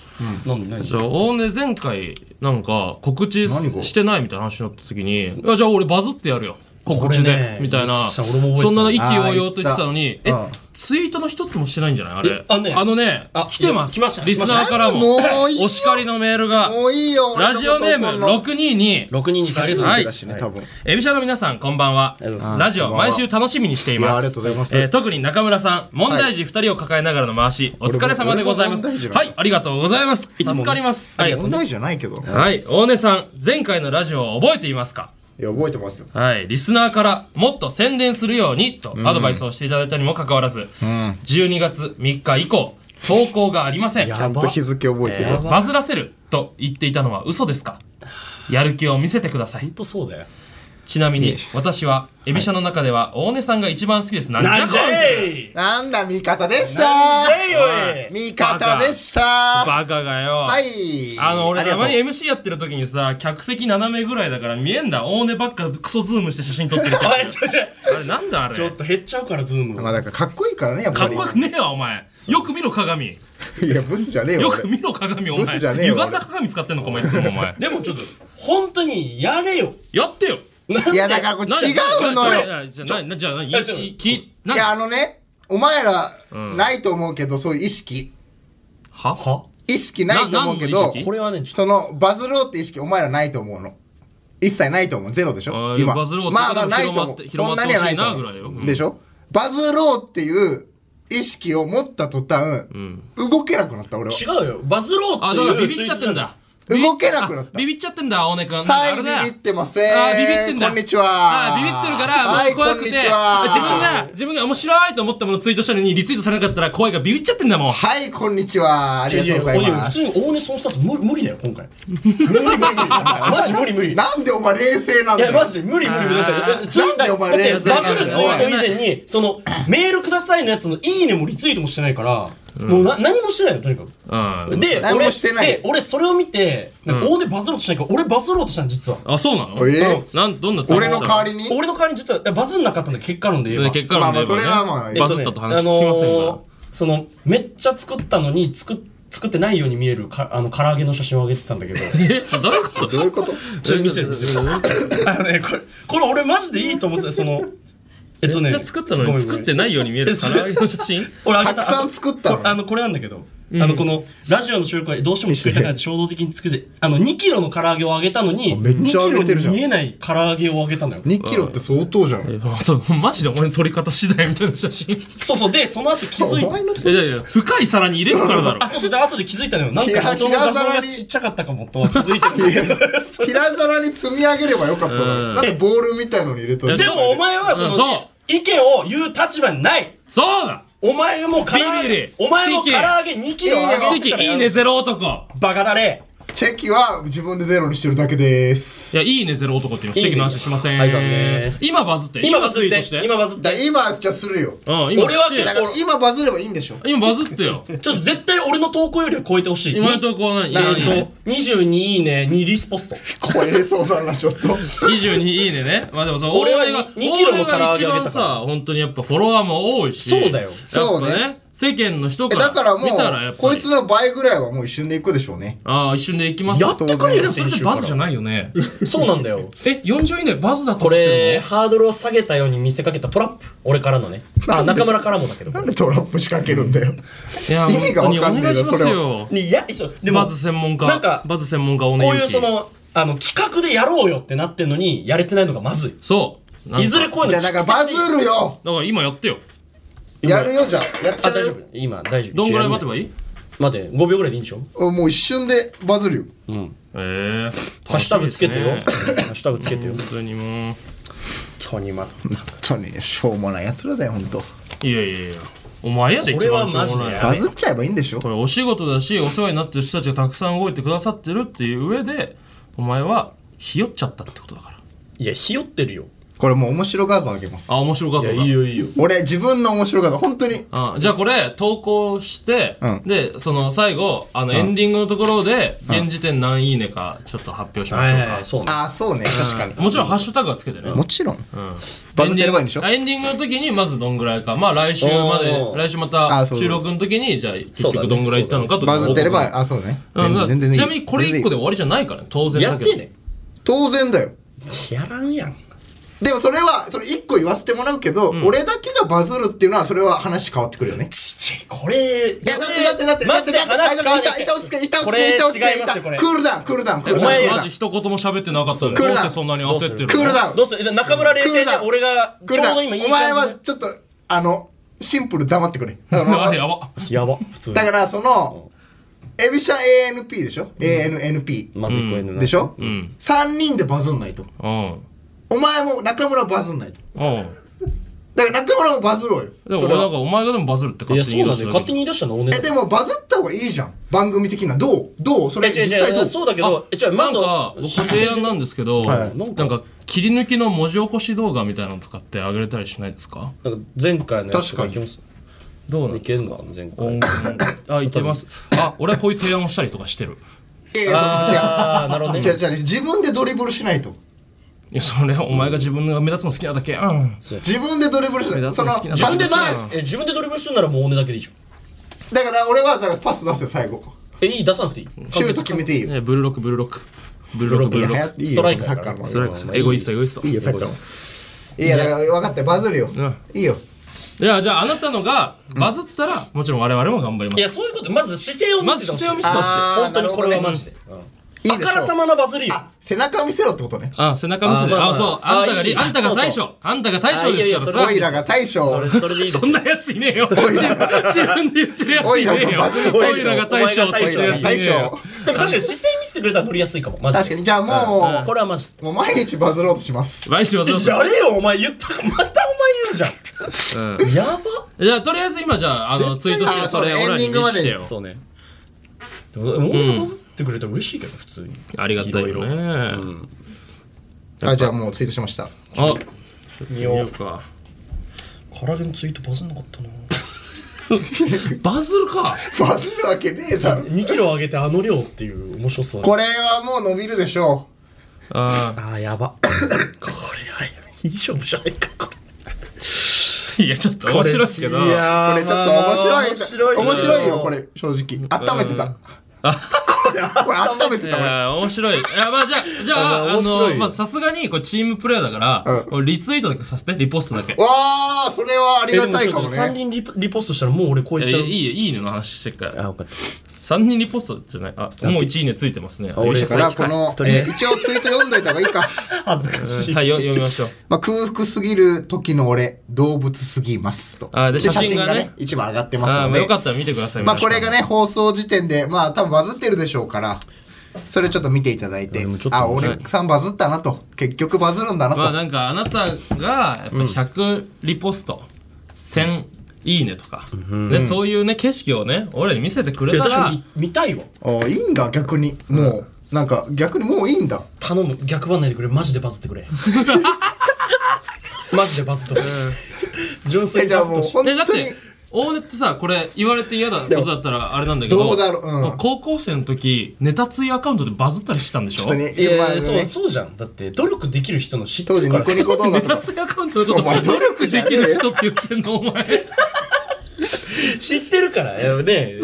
Speaker 6: なんで何
Speaker 2: じゃあ、大根前回、なんか、告知
Speaker 3: 何が
Speaker 2: してないみたいな話になった時に、いやじゃあ俺バズってやるよ。告知
Speaker 6: これ
Speaker 2: で、
Speaker 6: ね
Speaker 2: みたいな。
Speaker 6: さ俺も覚えてた
Speaker 2: そんな意気揚々と言ってたのに、
Speaker 3: あ
Speaker 2: え
Speaker 3: ー言ったうん、
Speaker 2: ツイートの一つもしてないんじゃないあれ
Speaker 6: え。あね
Speaker 2: のね
Speaker 6: あ、
Speaker 2: 来てます。
Speaker 6: いや来ました
Speaker 2: リスナーから
Speaker 3: も
Speaker 2: も、
Speaker 3: ういい
Speaker 2: お叱りのメールが、
Speaker 3: もういいよ俺
Speaker 2: ラ
Speaker 3: の
Speaker 2: ジ
Speaker 3: こと
Speaker 2: オネーム
Speaker 3: 怒んの
Speaker 2: 622、
Speaker 6: 6人にされる
Speaker 2: はい
Speaker 3: だしね多分
Speaker 2: エビシャの皆さん、こんばんは。ラジオ、毎週楽しみにしてい
Speaker 3: い
Speaker 2: ま
Speaker 3: や
Speaker 2: す。
Speaker 3: ありがとうございます
Speaker 2: えー特に中村さん、問題児2人を抱えながらの回し、お疲れ様でございます。
Speaker 3: 俺も問題児なの
Speaker 2: はい、ありがとうございます。
Speaker 6: いつもね
Speaker 2: 助かります。はい。
Speaker 3: 問題じゃないけど
Speaker 2: はい、大根さん、前回のラジオを覚えていますか
Speaker 3: いや覚えてますよ
Speaker 2: はい、リスナーからもっと宣伝するようにとアドバイスをしていただいたにもかかわらず、12月3日以降、投稿がありません。
Speaker 3: ちゃんと日付覚えて
Speaker 2: え
Speaker 3: る
Speaker 2: ーバズらせると言っていたのは嘘ですかやる気を見せてください
Speaker 6: 本。当そうだよ
Speaker 2: ちなみに、私は、エビシャの中では、大根さんが一番好きです。なんじゃ
Speaker 6: なん
Speaker 2: こ
Speaker 6: じ
Speaker 2: りゃ
Speaker 6: ゃ
Speaker 3: な
Speaker 6: い
Speaker 3: んだ味方でした
Speaker 6: えいおい
Speaker 3: 味方でした
Speaker 2: バカがよ。
Speaker 3: はい
Speaker 2: あの、俺、
Speaker 3: り
Speaker 2: た
Speaker 3: がとう
Speaker 2: まに MC やってる時にさ、客席斜めぐらいだから見えんだ。大根ばっかクソズームして写真撮ってる時
Speaker 6: おいちょちょ
Speaker 2: あれ、なんだあれ。
Speaker 6: ちょっ
Speaker 2: か
Speaker 6: と減っちゃうからズーム。
Speaker 3: まあだからかっこいいからねやっぱ
Speaker 2: っ
Speaker 3: り
Speaker 2: こよくねえわ、お前。よく見ろ、鏡。
Speaker 3: いやブスじゃねえよ
Speaker 2: よ
Speaker 3: 俺
Speaker 2: く見ろ、鏡、お
Speaker 3: ブ
Speaker 2: 前。
Speaker 3: スじゃねえよ
Speaker 2: 歪んだ鏡使ってんのか、お前、いつも、お前
Speaker 6: でもちょっと本当にやれよ
Speaker 2: やってよ。
Speaker 3: いやだからこれ
Speaker 2: なんで
Speaker 3: 違うのよ。
Speaker 2: じゃあ、なじゃあ、ない
Speaker 6: やちょ
Speaker 2: いき、ない
Speaker 3: やあのねお前らないと思うけどそういう意識
Speaker 2: は
Speaker 6: は
Speaker 3: 意識ないと思うけど
Speaker 2: な何の意識
Speaker 6: これはねちょっ
Speaker 3: そのバズろうって意識お前らないと思うの一切ないと思うゼロでし
Speaker 2: あ
Speaker 3: ょ
Speaker 2: ー
Speaker 3: 今
Speaker 2: バズろうって
Speaker 3: まあま
Speaker 2: でも
Speaker 3: あない
Speaker 2: 広まっ
Speaker 3: と思
Speaker 2: て
Speaker 3: うそんなにはないと思
Speaker 2: 広まってほしいなぐらいよう
Speaker 3: うんでしょバズろうっていう意識を持った途端動けなくなった俺は
Speaker 6: と違うよバズろう
Speaker 2: あ、
Speaker 6: って
Speaker 2: だ
Speaker 6: い
Speaker 2: か
Speaker 6: う
Speaker 2: らビビっちゃってんだ。
Speaker 3: 動けなくなった
Speaker 2: ビビっちゃってんだ、大根くん。
Speaker 3: はい
Speaker 2: あれだよ
Speaker 3: ビビってません
Speaker 2: あー、ビビってんだ。
Speaker 3: こんにちは
Speaker 2: あー、ビビってるから、もう
Speaker 3: はい
Speaker 2: 怖く
Speaker 3: こ
Speaker 2: て。
Speaker 3: んにちは
Speaker 2: 自分が、自分が面白いと思ったものをツイートしたのに、リツイートされなかったら怖いからビビっちゃってんだもん。
Speaker 3: はいこんにちはありがとうございま
Speaker 6: や
Speaker 3: す
Speaker 6: や普通に大根そのスタンス無理無理だよ今回無理無理無理マジ無理無理い
Speaker 3: なんでお前冷静なんだ
Speaker 6: や
Speaker 3: よ
Speaker 6: マジで無理無理無理だってツイ
Speaker 3: なんでお前
Speaker 6: だって
Speaker 3: 冷静なんだよ
Speaker 6: バズるツイート以前にそのメールくださいのやつのいいねもリツイートもしてないから、もうな何もしてないのとにかく
Speaker 2: うん。
Speaker 6: で
Speaker 3: 何も
Speaker 6: 俺
Speaker 3: してない
Speaker 6: で俺それを見てなんか
Speaker 2: うん
Speaker 6: 大手バズろうとしないから俺バズろうとしたの実は
Speaker 2: あ、そうなの
Speaker 3: え
Speaker 6: うん
Speaker 2: なん、どんなツイート
Speaker 3: 俺の代わりに
Speaker 6: 俺の代わりに実はバズんなかったんだ結果論で言えば
Speaker 2: 結果論で言えばね
Speaker 3: まあまあそれはまあ
Speaker 2: バズったと話聞きません
Speaker 6: あ
Speaker 2: か
Speaker 6: のーそのめっちゃ作ったのに作っ作ってないように見えるかあの唐揚げの写真を上げてたんだけど
Speaker 2: ら。え、 どういうこと
Speaker 3: どういうこと
Speaker 6: ちょ見せる見せる あのねこれこれ俺マジでいいと思ってた そのえっと
Speaker 2: め
Speaker 6: ね
Speaker 2: っちゃ作ったのに作ってないように見える
Speaker 6: えそ
Speaker 2: 唐
Speaker 6: れ
Speaker 2: 揚げの写真
Speaker 6: 俺あ
Speaker 3: た
Speaker 6: げ
Speaker 3: くさん作ったの
Speaker 6: あのこれなんだけど、あのこのラジオの収録はどうしても作りたくないって衝動的に作ってあの2キロの唐揚げを揚げたのに
Speaker 3: めっちゃ揚げてるじゃん
Speaker 6: 2キロに見えない唐揚げを揚げたんだよ
Speaker 3: 2キロって相当じゃん
Speaker 2: えそう、マジで俺の撮り方次第みたいな写真。
Speaker 6: そうそうでその後気づい
Speaker 3: お
Speaker 6: て
Speaker 3: 前の
Speaker 2: え、いやいや、深い皿に入れるからだろ
Speaker 6: あ、。そうそう、で、後で気づいたのよ。なん
Speaker 3: い
Speaker 6: か
Speaker 3: や
Speaker 6: 元の画像がちっちゃかったかもとは気づいてる。
Speaker 3: 平皿に積み上げればよかったのになんでボールみたいのに入れたの
Speaker 2: いや
Speaker 6: でもお前はその、
Speaker 2: うんそ
Speaker 6: 意見を言う立場にない
Speaker 2: そうだ
Speaker 6: お前も唐揚
Speaker 2: ビリビ
Speaker 6: げ
Speaker 2: リ、
Speaker 6: お前も唐揚げ2キロ
Speaker 3: あ
Speaker 6: 上
Speaker 2: チ
Speaker 6: げて
Speaker 2: キ
Speaker 6: たら
Speaker 2: いいね、ゼロ男。
Speaker 6: バカだれ。
Speaker 3: チェキは自分でゼロにしてるだけです
Speaker 2: いや、いいね、ゼロ男って今、指摘の話しません。
Speaker 6: はい残念
Speaker 2: 今バズって。
Speaker 6: 今バズっ
Speaker 2: ツイー
Speaker 6: て
Speaker 2: トして。、
Speaker 6: 今バズっ
Speaker 3: だ
Speaker 6: て。
Speaker 3: から今じゃあするよ
Speaker 2: うん、今
Speaker 6: 俺は
Speaker 2: して
Speaker 3: だから今バズればいいんでしょ
Speaker 2: 今バズって よ。
Speaker 6: ちょっと絶対俺の投稿よりは超えてほしい。
Speaker 2: 今のとこは何
Speaker 6: え
Speaker 2: いい
Speaker 6: ー
Speaker 2: ね
Speaker 6: と、22いいね、2リスポ スト。
Speaker 3: 超えれそうだなちょっと
Speaker 2: 22いいねね。まあでもさ、
Speaker 6: 俺は
Speaker 2: 大根が
Speaker 6: 2キロの唐揚げあげたから
Speaker 2: 大根が一番さ、本当にやっぱフォロワーも多いし。
Speaker 6: そうだ
Speaker 2: や
Speaker 6: よ
Speaker 2: っぱ
Speaker 3: そうね
Speaker 2: ね。世間の人
Speaker 3: え
Speaker 2: か
Speaker 3: だから
Speaker 2: ら
Speaker 3: も
Speaker 2: 見たらやっ
Speaker 3: う、
Speaker 2: ぱり
Speaker 3: こいつの倍ぐらいはもう一瞬で行くでしょうね。
Speaker 2: ああ一瞬で行きます
Speaker 6: やってくれ
Speaker 2: え
Speaker 6: よ
Speaker 2: でもそれってバズじゃないよね
Speaker 6: そうなんだよ。
Speaker 2: え40以内バズだと
Speaker 6: こ
Speaker 2: 思って
Speaker 6: れ、
Speaker 2: るの
Speaker 6: ハードルを下げたように見せかけたトラップ。俺からのね。あ、中村からもだけど。
Speaker 3: なんでトラップ仕掛けるんだよ。
Speaker 2: いや
Speaker 3: 意味が
Speaker 2: 本当に
Speaker 3: わかんねえ
Speaker 2: お
Speaker 3: な
Speaker 2: 願いします
Speaker 3: それ
Speaker 2: よ
Speaker 6: ねいや、そう。でも、
Speaker 2: バズ専門家
Speaker 6: なんか
Speaker 2: バズ専門家おね
Speaker 6: こういうその、あの、企画でやろうよってなってんのに、やれてないのがまずい。
Speaker 2: そうなんか
Speaker 6: いずれこういう
Speaker 3: じゃ
Speaker 6: の
Speaker 3: あだからバズるよ
Speaker 2: だから今やってよ
Speaker 3: やるよ、じゃあ。やっち
Speaker 6: あ、
Speaker 3: ゃ
Speaker 6: 大
Speaker 3: う
Speaker 6: 丈
Speaker 3: よ
Speaker 6: 夫。。今、大丈夫。
Speaker 2: どんぐらい待てば
Speaker 6: い
Speaker 2: いい
Speaker 6: 待って、5秒ぐらいでいいんでしょ
Speaker 3: うんもう一瞬でバズるよ。
Speaker 2: ええ
Speaker 6: ハッシュタグつけてよ。ハ
Speaker 2: 楽しいですね
Speaker 6: ッシュタグつけてよ
Speaker 2: 本。当にも
Speaker 6: とにまこ
Speaker 3: 本当に、しょうもない奴らだよ、ほんと。
Speaker 2: ういやいやいやお前やで一
Speaker 6: れは
Speaker 2: 番しょ
Speaker 6: マ
Speaker 2: う
Speaker 6: ジ
Speaker 2: も
Speaker 6: で
Speaker 2: ない
Speaker 6: や
Speaker 3: バ
Speaker 6: べえ
Speaker 3: ズっちゃえばいいんでしょ
Speaker 2: これお仕事だしお世話になってる人たちがたくさん動いてくださってるっていう上でお前はひよっちゃったってことだから
Speaker 6: いや、ひよってるよ。
Speaker 3: これもう面白画像あげます
Speaker 2: あ。面白か
Speaker 6: い
Speaker 2: そ
Speaker 6: や、
Speaker 2: う
Speaker 6: い
Speaker 2: だ
Speaker 6: いよいいよ。
Speaker 3: 俺、自分の面白画像、本当に。
Speaker 2: あじゃあこれ投稿して、
Speaker 3: うん
Speaker 2: でその最後あのエンディングのところで現時点何いいねかちょっと発表しま
Speaker 6: は
Speaker 2: しょう
Speaker 6: い
Speaker 2: か、
Speaker 6: はいはい、そうね。
Speaker 3: ああ、そうね、確かに。
Speaker 2: もちろんハッシュタグはつけてね、
Speaker 3: もちろん。
Speaker 2: エ
Speaker 3: バ
Speaker 2: ン
Speaker 3: ズっ
Speaker 2: デ
Speaker 3: て
Speaker 2: ィ
Speaker 3: れ
Speaker 2: ン
Speaker 3: ばいいんでしょ
Speaker 2: グエンディングの時にまずどんぐらいかまあ来週ま
Speaker 6: お
Speaker 2: で
Speaker 6: ー
Speaker 2: 来週ま
Speaker 3: あ
Speaker 2: た
Speaker 3: そうだ
Speaker 2: 収録の時にじゃあ結
Speaker 6: そうだ
Speaker 2: 局
Speaker 6: ね
Speaker 2: どんぐらいいったのかとか
Speaker 3: バズってれば、あ、そうね。
Speaker 2: うんだから
Speaker 3: 全然全然いい
Speaker 2: ちなみにこれ1個で終わりじゃないからね当然
Speaker 6: や
Speaker 2: だ
Speaker 6: っ
Speaker 2: けど
Speaker 6: てね。
Speaker 3: 当然だよ。
Speaker 6: やらんやん。
Speaker 3: でもそれは、それ一個言わせてもらうけど、俺だけがバズるっていうのは、それは話変わってくるよね。
Speaker 6: ちち、これ、い
Speaker 3: いや、だってだってだって、
Speaker 6: マジで
Speaker 3: だってだっ
Speaker 6: 話
Speaker 3: て
Speaker 6: 変
Speaker 3: だ
Speaker 6: わんね
Speaker 3: って、いた、いた、落ち着け、いた、落
Speaker 6: こ
Speaker 3: ち着
Speaker 6: れ
Speaker 3: け、いた、落ち着
Speaker 6: 違い
Speaker 3: け、い
Speaker 6: ます
Speaker 3: た、ク
Speaker 6: よこれ
Speaker 3: ールダウン、クールダウン、クール
Speaker 2: お
Speaker 3: ダウン、
Speaker 2: 前
Speaker 3: クール
Speaker 2: マ
Speaker 3: ダ
Speaker 2: ジ
Speaker 3: ウン。
Speaker 2: 一言も喋ってなかったのに
Speaker 3: クール
Speaker 2: どう
Speaker 3: ダウン
Speaker 2: してそんなに焦ってるの
Speaker 3: クールダウン
Speaker 6: どうする中村冷
Speaker 3: クー
Speaker 6: 静
Speaker 3: ル
Speaker 6: に
Speaker 3: ダウン
Speaker 6: 俺が、
Speaker 3: クール
Speaker 6: ちょう
Speaker 3: ダ
Speaker 6: ど
Speaker 3: ウン
Speaker 6: 今いい
Speaker 3: お前
Speaker 6: 感
Speaker 3: は
Speaker 6: じ
Speaker 3: ちょっと、あの、シンプル黙ってくれ。だか
Speaker 2: あ
Speaker 3: ら
Speaker 2: やば
Speaker 6: で。やば、普通に。
Speaker 3: だからその、エビシャ ANP でしょ ?ANNP。
Speaker 6: まず1個 N
Speaker 3: でしょ
Speaker 2: ん
Speaker 3: ?3 人でバズんないと。
Speaker 2: うん
Speaker 3: お前も中村バズんないと。
Speaker 2: うん
Speaker 3: だから中村もバズろうよ。
Speaker 2: でも
Speaker 3: そ
Speaker 2: 俺
Speaker 3: れは
Speaker 2: なんかお前がでもバズるって勝
Speaker 6: いや、
Speaker 2: 手
Speaker 6: そ
Speaker 2: に言い
Speaker 6: うな
Speaker 2: 出す
Speaker 6: んだよ。
Speaker 2: だけ
Speaker 6: 勝手に言い出したの、おね
Speaker 3: え、でもバズった方がいいじゃん。番組的な。どうどうそれ
Speaker 6: え違う
Speaker 3: 実
Speaker 6: 違
Speaker 3: 際
Speaker 6: う
Speaker 3: どう
Speaker 6: そうだけど、え、違う、ま
Speaker 2: なん
Speaker 6: ず
Speaker 2: か僕提案なんですけど、
Speaker 3: はい
Speaker 2: なんか切り抜きの文字起こし動画みたいなのとかって上げれたりしないですか
Speaker 6: なんか前回のやつといきます
Speaker 2: どうなん
Speaker 6: い
Speaker 2: で
Speaker 6: け
Speaker 2: す
Speaker 6: ん
Speaker 2: か
Speaker 6: の前 回
Speaker 2: 音源あいけますあ俺はこういう提案をしたりとかしてる
Speaker 3: いやいや、
Speaker 6: あーなるほど
Speaker 3: そう違
Speaker 6: ね
Speaker 3: う。違う違う。自分でドリブルしないと。
Speaker 2: いやそれお前が自分が目立つの好きなだけうん
Speaker 3: 自分でドリブルしないと。その、
Speaker 2: 目立つの好きな
Speaker 3: パス出す
Speaker 6: 自分でドリブルえ自分でドリブルするならもうおねだけでいいじゃん
Speaker 3: だから俺はだからパス出すよ、最後。
Speaker 6: えいい出さなくていい
Speaker 3: シュート決めていいよ。
Speaker 2: ねブルーロックブルーロックブルーロック
Speaker 3: い
Speaker 2: ブル
Speaker 3: や、
Speaker 2: ーロッ
Speaker 3: 流行っ
Speaker 2: ク
Speaker 3: ていい
Speaker 6: スト
Speaker 3: よ、
Speaker 6: ライカー
Speaker 3: サ
Speaker 6: だ
Speaker 3: ッ
Speaker 6: か
Speaker 3: カー
Speaker 6: ら
Speaker 3: の。
Speaker 2: ストライクさんエゴイストエゴイスト
Speaker 3: いいよ、サッカーも。いや、だから分かった、バズるよ。いいよ。
Speaker 2: いやじゃああなたのがバズったらもちろん我々も頑張ります
Speaker 6: いやそういうことまず姿勢を見せてほしい
Speaker 2: まず姿勢を見せてほしい
Speaker 3: あー
Speaker 6: 本当にこれは
Speaker 3: な
Speaker 6: マ
Speaker 3: るほどね
Speaker 6: ジ
Speaker 3: い
Speaker 6: で
Speaker 3: い
Speaker 6: あ
Speaker 3: でしょう
Speaker 6: からさまなバズりよ
Speaker 3: あ、背中見せろってことね。
Speaker 2: あ背中見せて
Speaker 6: あまあまあ
Speaker 2: あそうあんたが
Speaker 6: あいい
Speaker 2: リあんたが大
Speaker 6: そう
Speaker 2: 将あんたが大将
Speaker 6: あいやい
Speaker 2: で
Speaker 6: や
Speaker 2: すか
Speaker 6: それ
Speaker 2: ら
Speaker 3: オ
Speaker 6: は
Speaker 2: さ
Speaker 3: イラが大将。
Speaker 6: それそれでいいです
Speaker 2: そんなやついねえよ
Speaker 3: イラ
Speaker 2: 自分で言ってるやついねえ
Speaker 3: オイラ
Speaker 2: よ
Speaker 3: がバズる
Speaker 2: オイラが大将
Speaker 6: お前が大将
Speaker 2: オイラが大
Speaker 3: 大
Speaker 2: 将
Speaker 3: 将。
Speaker 6: でも確かに姿勢見せてくれたら乗りやすいかもマジ
Speaker 3: 確か
Speaker 6: で
Speaker 3: に、じゃあも
Speaker 6: これはマジ
Speaker 3: う、もう毎日バズろうとします。
Speaker 2: 毎週バズる
Speaker 6: やれよお前言ったかまたお前言うじゃんやば
Speaker 2: じゃあとりあえず今じゃああのツイートして
Speaker 3: あ
Speaker 2: それ
Speaker 3: そう
Speaker 2: 俺らに見せて
Speaker 3: エンディングまで
Speaker 2: よ
Speaker 6: そうねでも俺がバズってくれたら嬉しいけど普通に
Speaker 2: ありがたいよね
Speaker 6: いろいろ
Speaker 3: あ、じゃあもうツイートしました。
Speaker 2: あ
Speaker 6: 見
Speaker 2: 見よ
Speaker 6: よ
Speaker 2: う
Speaker 6: う
Speaker 2: か
Speaker 6: 唐揚げのツイートバズんなかったな
Speaker 2: バズるか
Speaker 3: バズるわけねえだろ。
Speaker 6: 2キロ上げてあの量っていう面白さ
Speaker 3: これはもう伸びるでしょ
Speaker 2: あ
Speaker 6: あーやばこれはいい勝負じゃないかこ
Speaker 2: ーいやちょっと面白いですけど
Speaker 6: れ
Speaker 3: う。こ
Speaker 6: や
Speaker 3: れちょっと面白い。面白いよ、これ、正直。温めてた。これ、 これ温めて
Speaker 2: い
Speaker 3: た、俺。
Speaker 2: や面白い。いやまあじゃあじゃああ
Speaker 6: 面白い
Speaker 2: のまあさすがにこれチームプレーだから、
Speaker 3: うん
Speaker 2: これリツイートだけさせてリポストだけ。
Speaker 3: わー、それはあり
Speaker 6: れ
Speaker 3: がたいかも
Speaker 6: 3
Speaker 3: ね。
Speaker 6: 人リポリポストしたらもう俺超え
Speaker 2: い
Speaker 6: ち
Speaker 2: や
Speaker 6: ゃ
Speaker 2: いういよいいねの話してっから。
Speaker 6: あ分かった
Speaker 2: 三人リポストじゃない。あもう一いいねついてますね。
Speaker 6: 俺
Speaker 2: よいしょ
Speaker 3: だから、この、
Speaker 6: とりあえ
Speaker 3: えー一応ツイート読んどいた方がいい か。
Speaker 6: 恥ずかしい
Speaker 2: はいよ読みましょう。
Speaker 3: まあ、空腹すぎる時の俺、動物すぎますと。
Speaker 2: あーで写真がね
Speaker 3: 一番上がってま
Speaker 2: あー
Speaker 3: すの
Speaker 2: まあ
Speaker 3: で。
Speaker 2: よかったら見てください。
Speaker 3: まあ、
Speaker 2: 皆さ
Speaker 3: こ
Speaker 2: ん
Speaker 3: れがね、放送時点で、まあ、多分バズってるでしょうから、それちょっと見ていただいて、
Speaker 6: もちょっと
Speaker 3: あ、俺さんバズったなと、結局バズるんだなと。
Speaker 2: まあなんかあなたがやっぱ100リポスト、1000いいねとか、でそういうね景色をね俺らに見せてく
Speaker 6: い
Speaker 2: れ
Speaker 6: や
Speaker 2: た
Speaker 6: 確からに見見たいわ
Speaker 3: あいいんだ、逆に。もう、なんか、逆にもういいんだ。
Speaker 6: 頼む逆張んないでくれマジでバズって くれマジでバズってほしい純粋
Speaker 3: え、
Speaker 6: に
Speaker 3: じゃ
Speaker 6: バ
Speaker 3: あもう、
Speaker 6: ズってほしい
Speaker 3: 本
Speaker 2: えだっ
Speaker 3: 当に
Speaker 2: て、大根ってさこれ言われて嫌だことだったらあれなんだけど
Speaker 3: どうだろううん
Speaker 2: も高校生の時ネタついアカウントでバズったりしてたんでしょ
Speaker 3: 本当に、
Speaker 6: い
Speaker 3: 一
Speaker 6: やい
Speaker 3: 番
Speaker 6: や
Speaker 3: 上
Speaker 6: そう
Speaker 3: ね、
Speaker 6: そうじゃんだって努力できる人の知って
Speaker 3: 当
Speaker 6: る
Speaker 3: 時ニ
Speaker 6: か ら
Speaker 3: コニコ動画
Speaker 2: ネ
Speaker 3: と
Speaker 2: タ
Speaker 3: か。
Speaker 2: ついアカウントのこと
Speaker 3: お前
Speaker 2: 努
Speaker 3: 努
Speaker 2: 力
Speaker 3: 力じ
Speaker 2: で
Speaker 3: ゃね
Speaker 2: き
Speaker 3: えよ
Speaker 2: る人って言ってんのお前
Speaker 6: 知ってるからやっぱねね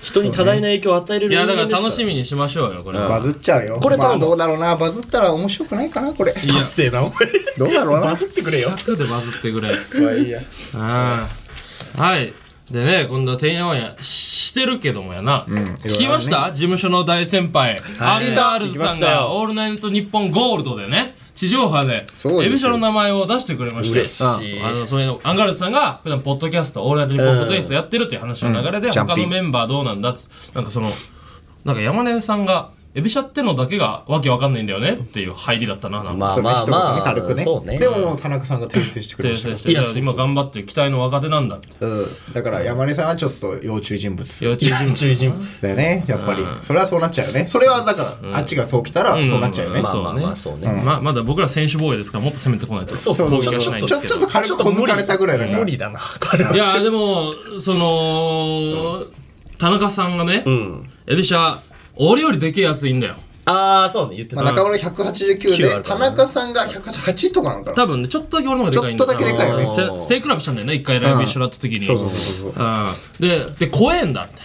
Speaker 6: 人に多大な影響を与えれ
Speaker 2: い
Speaker 6: る
Speaker 2: や
Speaker 6: 人
Speaker 2: だか
Speaker 6: 間
Speaker 2: ら
Speaker 6: です
Speaker 2: 楽しみにしましょうよこれは
Speaker 3: バズっちゃうよ
Speaker 6: これ
Speaker 3: ま
Speaker 6: 頼
Speaker 3: あ
Speaker 6: む
Speaker 3: どうだろうなバズったら面白くないかなこれ
Speaker 2: いや
Speaker 6: 達成なお前
Speaker 3: どうだろう
Speaker 6: バ
Speaker 3: な
Speaker 6: ズってくれよ
Speaker 2: 100でバズってくれ
Speaker 6: まあいいや
Speaker 2: ああはいでね今度はてんやわんやしてるけどもやな、聞きました、事務所の大先輩、アンガールズ
Speaker 6: 聞きま
Speaker 2: さん
Speaker 6: した
Speaker 2: が「
Speaker 6: よ
Speaker 2: オールナイトニッポンゴールド」でね地上波で
Speaker 3: そうですよ
Speaker 2: エビショの名前を出してくれました
Speaker 6: 嬉しい
Speaker 2: あのそれアンガールズさんが普段ポッドキャスト「オールナイトニッポン」ポッドキャストやってるっていう話の流れで、
Speaker 3: うんジャンピ
Speaker 2: 他
Speaker 3: ー
Speaker 2: のメンバーどうなんだっつなんかそのなんか山根さんが「エビシャってのだけがわけわかんないんだよね」っていう入りだったななんか
Speaker 4: まあ
Speaker 3: その
Speaker 4: まあ
Speaker 3: 一言
Speaker 4: ま
Speaker 3: ね
Speaker 4: あ
Speaker 3: 軽くね
Speaker 4: そうね
Speaker 3: でももう田中さんが訂正してく
Speaker 2: 訂
Speaker 3: れました
Speaker 2: 正していや今頑張ってる期待の若手なんだって
Speaker 3: うんだから山根さんはちょっと要注意人物
Speaker 2: 幼稚園児
Speaker 6: 注意人
Speaker 3: だよねやっぱりそれはそうなっちゃうよねそれはだからあっちがそう来たらそうなっちゃうよね
Speaker 4: まあまあまあ
Speaker 2: そ
Speaker 4: そうう
Speaker 2: ね
Speaker 4: ね
Speaker 2: まあまだ僕ら選手防衛ですからもっと攻めてこないと
Speaker 6: そうそう
Speaker 3: そう
Speaker 6: ち
Speaker 3: ち
Speaker 6: ょ
Speaker 3: ょ
Speaker 6: っ
Speaker 3: っと
Speaker 6: とち
Speaker 3: ち
Speaker 6: ょ
Speaker 3: ょ
Speaker 6: っ
Speaker 3: っ
Speaker 6: と
Speaker 3: と軽く小づかれたぐらいだから
Speaker 6: 無理だなこれはい
Speaker 2: やでもその田中さんがね、エビシャ俺よりでけえやついいんだよ
Speaker 6: ああそうね言って
Speaker 3: まあ、
Speaker 6: た
Speaker 3: 中村189
Speaker 6: 九あ
Speaker 3: で
Speaker 6: るか
Speaker 3: 田
Speaker 6: らね
Speaker 3: 中さんが188とかなんかな
Speaker 2: 多分ねちょっとだけ俺の方がでかいんだ
Speaker 3: ちょっとだけでかいよね
Speaker 2: あのせ背比べしたんだよね一回ライブ一緒だった時に
Speaker 3: そうそうそうそ
Speaker 2: うんでで怖えんだって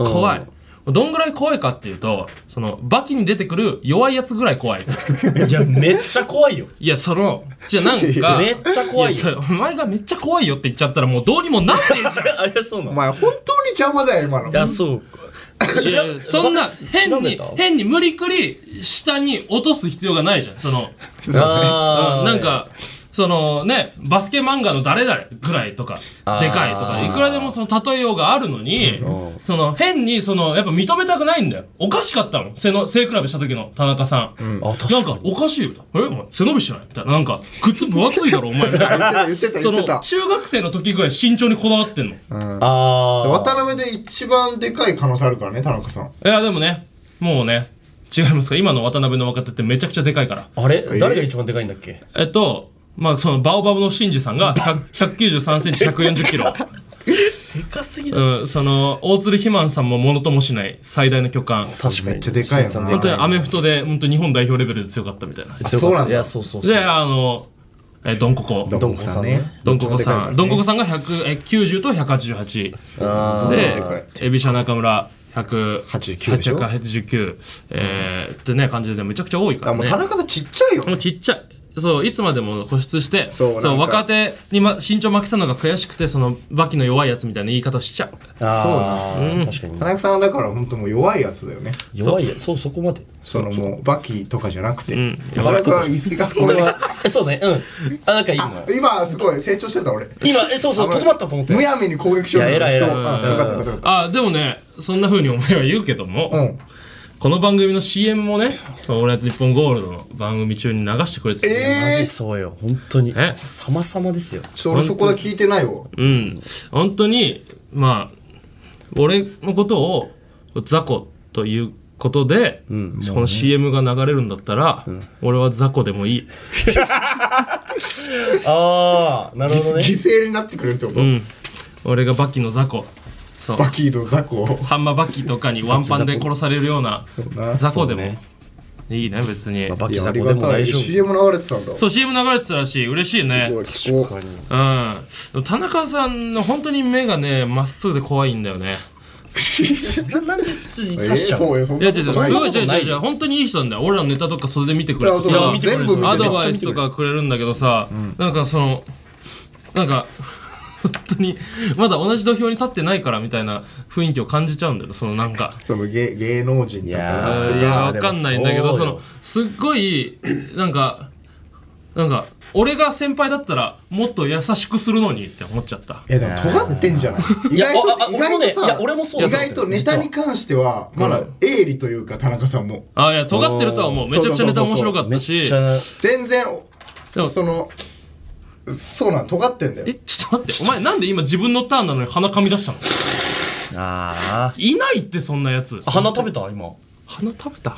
Speaker 3: うん
Speaker 2: 怖いどんぐらい怖いかっていうとそのバキに出てくる弱いやつぐらい怖い
Speaker 6: いやめっちゃ怖いよ
Speaker 2: いやそのじゃあなん か
Speaker 6: めっちゃ怖い
Speaker 2: や
Speaker 6: よ
Speaker 2: それお前がめっちゃ怖いよって言っちゃったらもうどうにもなんねえじゃん
Speaker 6: あれそうな
Speaker 3: お
Speaker 6: の
Speaker 3: 前本当に邪魔だよ今の
Speaker 6: いやそう
Speaker 2: いやそんな変に
Speaker 6: 調べた
Speaker 2: 変に無理くり下に落とす必要がないじゃんその
Speaker 6: あ
Speaker 2: う
Speaker 6: ー
Speaker 2: んなんかそのねバスケ漫画の誰々ぐらいとかでかいとかいくらでもその例えようがあるのにその変にそのやっぱ認めたくないんだよおかしかったもん背の背比べした時の田中さん、なんかおかしいよえお前背伸びしてないみたいななんか靴分厚いだろお前みたいな
Speaker 3: 言ってた言ってた
Speaker 2: そ
Speaker 3: 言
Speaker 2: の
Speaker 3: ってた
Speaker 2: 中学生の時ぐらい身長にこだわってんの
Speaker 6: あー
Speaker 3: 渡辺で一番でかい可能性あるからね田中さん
Speaker 2: いやでもねもうね違いますか今の渡辺の若手ってめちゃくちゃでかいから
Speaker 6: あれ誰が一番でかいんだっけ
Speaker 2: えっとまあそのバオバブのシンジさんが1 9 3センチ1 4 0キロ、
Speaker 6: でかすぎだ
Speaker 2: うん、その大鶴ひまんさんもものともしない最大の巨漢
Speaker 6: 確
Speaker 3: めっちゃでかいよな
Speaker 2: 本当にアメフトで本当日本代表レベルで強かったみたいな
Speaker 3: あそうなん
Speaker 6: いや
Speaker 3: だ
Speaker 6: そうそうそう
Speaker 2: であのえドンココ
Speaker 3: ドンコさんね
Speaker 2: ドンココさんドンココさ
Speaker 3: さ
Speaker 2: んが100え90と188
Speaker 6: あー
Speaker 3: でかい
Speaker 2: でエビシャ中村
Speaker 3: 89でしょ
Speaker 2: 189えーってね感じででもめちゃくちゃ多いか
Speaker 3: あ
Speaker 2: ら
Speaker 3: もう
Speaker 2: ね
Speaker 3: 田中さんちっちゃいよ
Speaker 2: もうちっちゃい。そう、いつまでも固執して、
Speaker 3: そうなんか
Speaker 2: 若手に、ま、身長負けたのが悔しくて、その、バキの弱いやつみたいな言い方しちゃう。
Speaker 6: あー確かに
Speaker 3: 田中さんはだから本当もう弱いやつだよね
Speaker 6: 弱いやそうそこまで
Speaker 3: そのもうバキとかじゃなくて田中は言い過ぎかそこまで
Speaker 6: えそうねうんあなんか今
Speaker 3: あ今すごい成長してた俺
Speaker 6: 今えそうそうとどまったと思って
Speaker 3: むやみに攻撃しようとする
Speaker 6: い
Speaker 3: 人
Speaker 6: や
Speaker 3: うん
Speaker 6: 偉い偉い
Speaker 3: よかったよかったよかっ
Speaker 2: あ、でもね、そんな風にお前は言うけども、
Speaker 3: たうん
Speaker 2: この番組の CM もね、その俺と日本ゴールドの番組中に流してくれてたんだよね
Speaker 6: マ
Speaker 3: ええ
Speaker 6: ジそうよ本当に
Speaker 2: え
Speaker 6: 様々ですよ
Speaker 3: ちょっと俺そこで聞いてないわ
Speaker 2: うん、本当にまあ俺のことを雑魚ということで、この CM が流れるんだったら、俺は雑魚でもいい、
Speaker 6: ああなるほどね
Speaker 3: 犠牲になってくれるってこと
Speaker 2: うん、俺がバキの雑魚そう
Speaker 3: バキの雑魚を
Speaker 2: ハンマーバキとかにワンパンで殺されるような
Speaker 3: な
Speaker 2: 雑魚でも
Speaker 6: そうね
Speaker 2: いいね別に
Speaker 6: バ
Speaker 3: い
Speaker 6: キ
Speaker 3: やあ
Speaker 6: ザコ
Speaker 3: り
Speaker 6: で
Speaker 3: が
Speaker 6: も
Speaker 3: た
Speaker 6: 大
Speaker 3: い
Speaker 6: 丈夫
Speaker 3: CM 流れてたんだ
Speaker 2: そう CM 流れてたらしい嬉しいね
Speaker 3: すごい聞こう
Speaker 2: うん田中さんの本当に目がねまっすぐで怖いんだよね
Speaker 6: なんで
Speaker 3: え
Speaker 6: 刺
Speaker 3: ー
Speaker 6: しちゃう
Speaker 3: そうよそん
Speaker 2: いや
Speaker 3: な
Speaker 2: 違う違う、す
Speaker 3: ことない
Speaker 2: ごい
Speaker 6: そ
Speaker 2: 違うん
Speaker 6: なことない
Speaker 2: 違う違う、本当にいい人なんだよ。俺らのネタとか袖で見てくれて
Speaker 3: いや
Speaker 2: さ
Speaker 3: そう、全部見てくれ
Speaker 2: アドバイスとかくれるんだけどさ、なんかその、なんか、 本当に、まだ同じ土俵に立ってないからみたいな雰囲気を感じちゃうんだよね、そのなんか。
Speaker 3: その芸芸能人だから
Speaker 6: い
Speaker 2: いや、わかんないんだけど、
Speaker 6: でもそ
Speaker 2: そうの
Speaker 6: よ、
Speaker 2: すっごい、なんか、なんか、俺が先輩だったら、もっと優しくするのにって思っちゃった。
Speaker 3: えでも尖ってんじゃない意
Speaker 6: いや
Speaker 3: 外と
Speaker 6: ああ
Speaker 3: 意外とさ
Speaker 6: 俺もねいや俺もそうだ
Speaker 3: 意外とネタに関してはまだ鋭利というか田中さんも
Speaker 2: あいや、尖ってるとは思う。めちゃくちゃネタ面白かった
Speaker 6: めっ
Speaker 2: し、
Speaker 6: ちゃ
Speaker 3: 全然
Speaker 2: でも
Speaker 3: そのそうなん尖ってんだ
Speaker 2: え
Speaker 3: よ、
Speaker 2: ちょっと待って、お前なんで今自分のターンなのに鼻かみ出したの
Speaker 6: あ
Speaker 2: いないってそんなやつ
Speaker 6: あ鼻食べた今
Speaker 2: 鼻食べた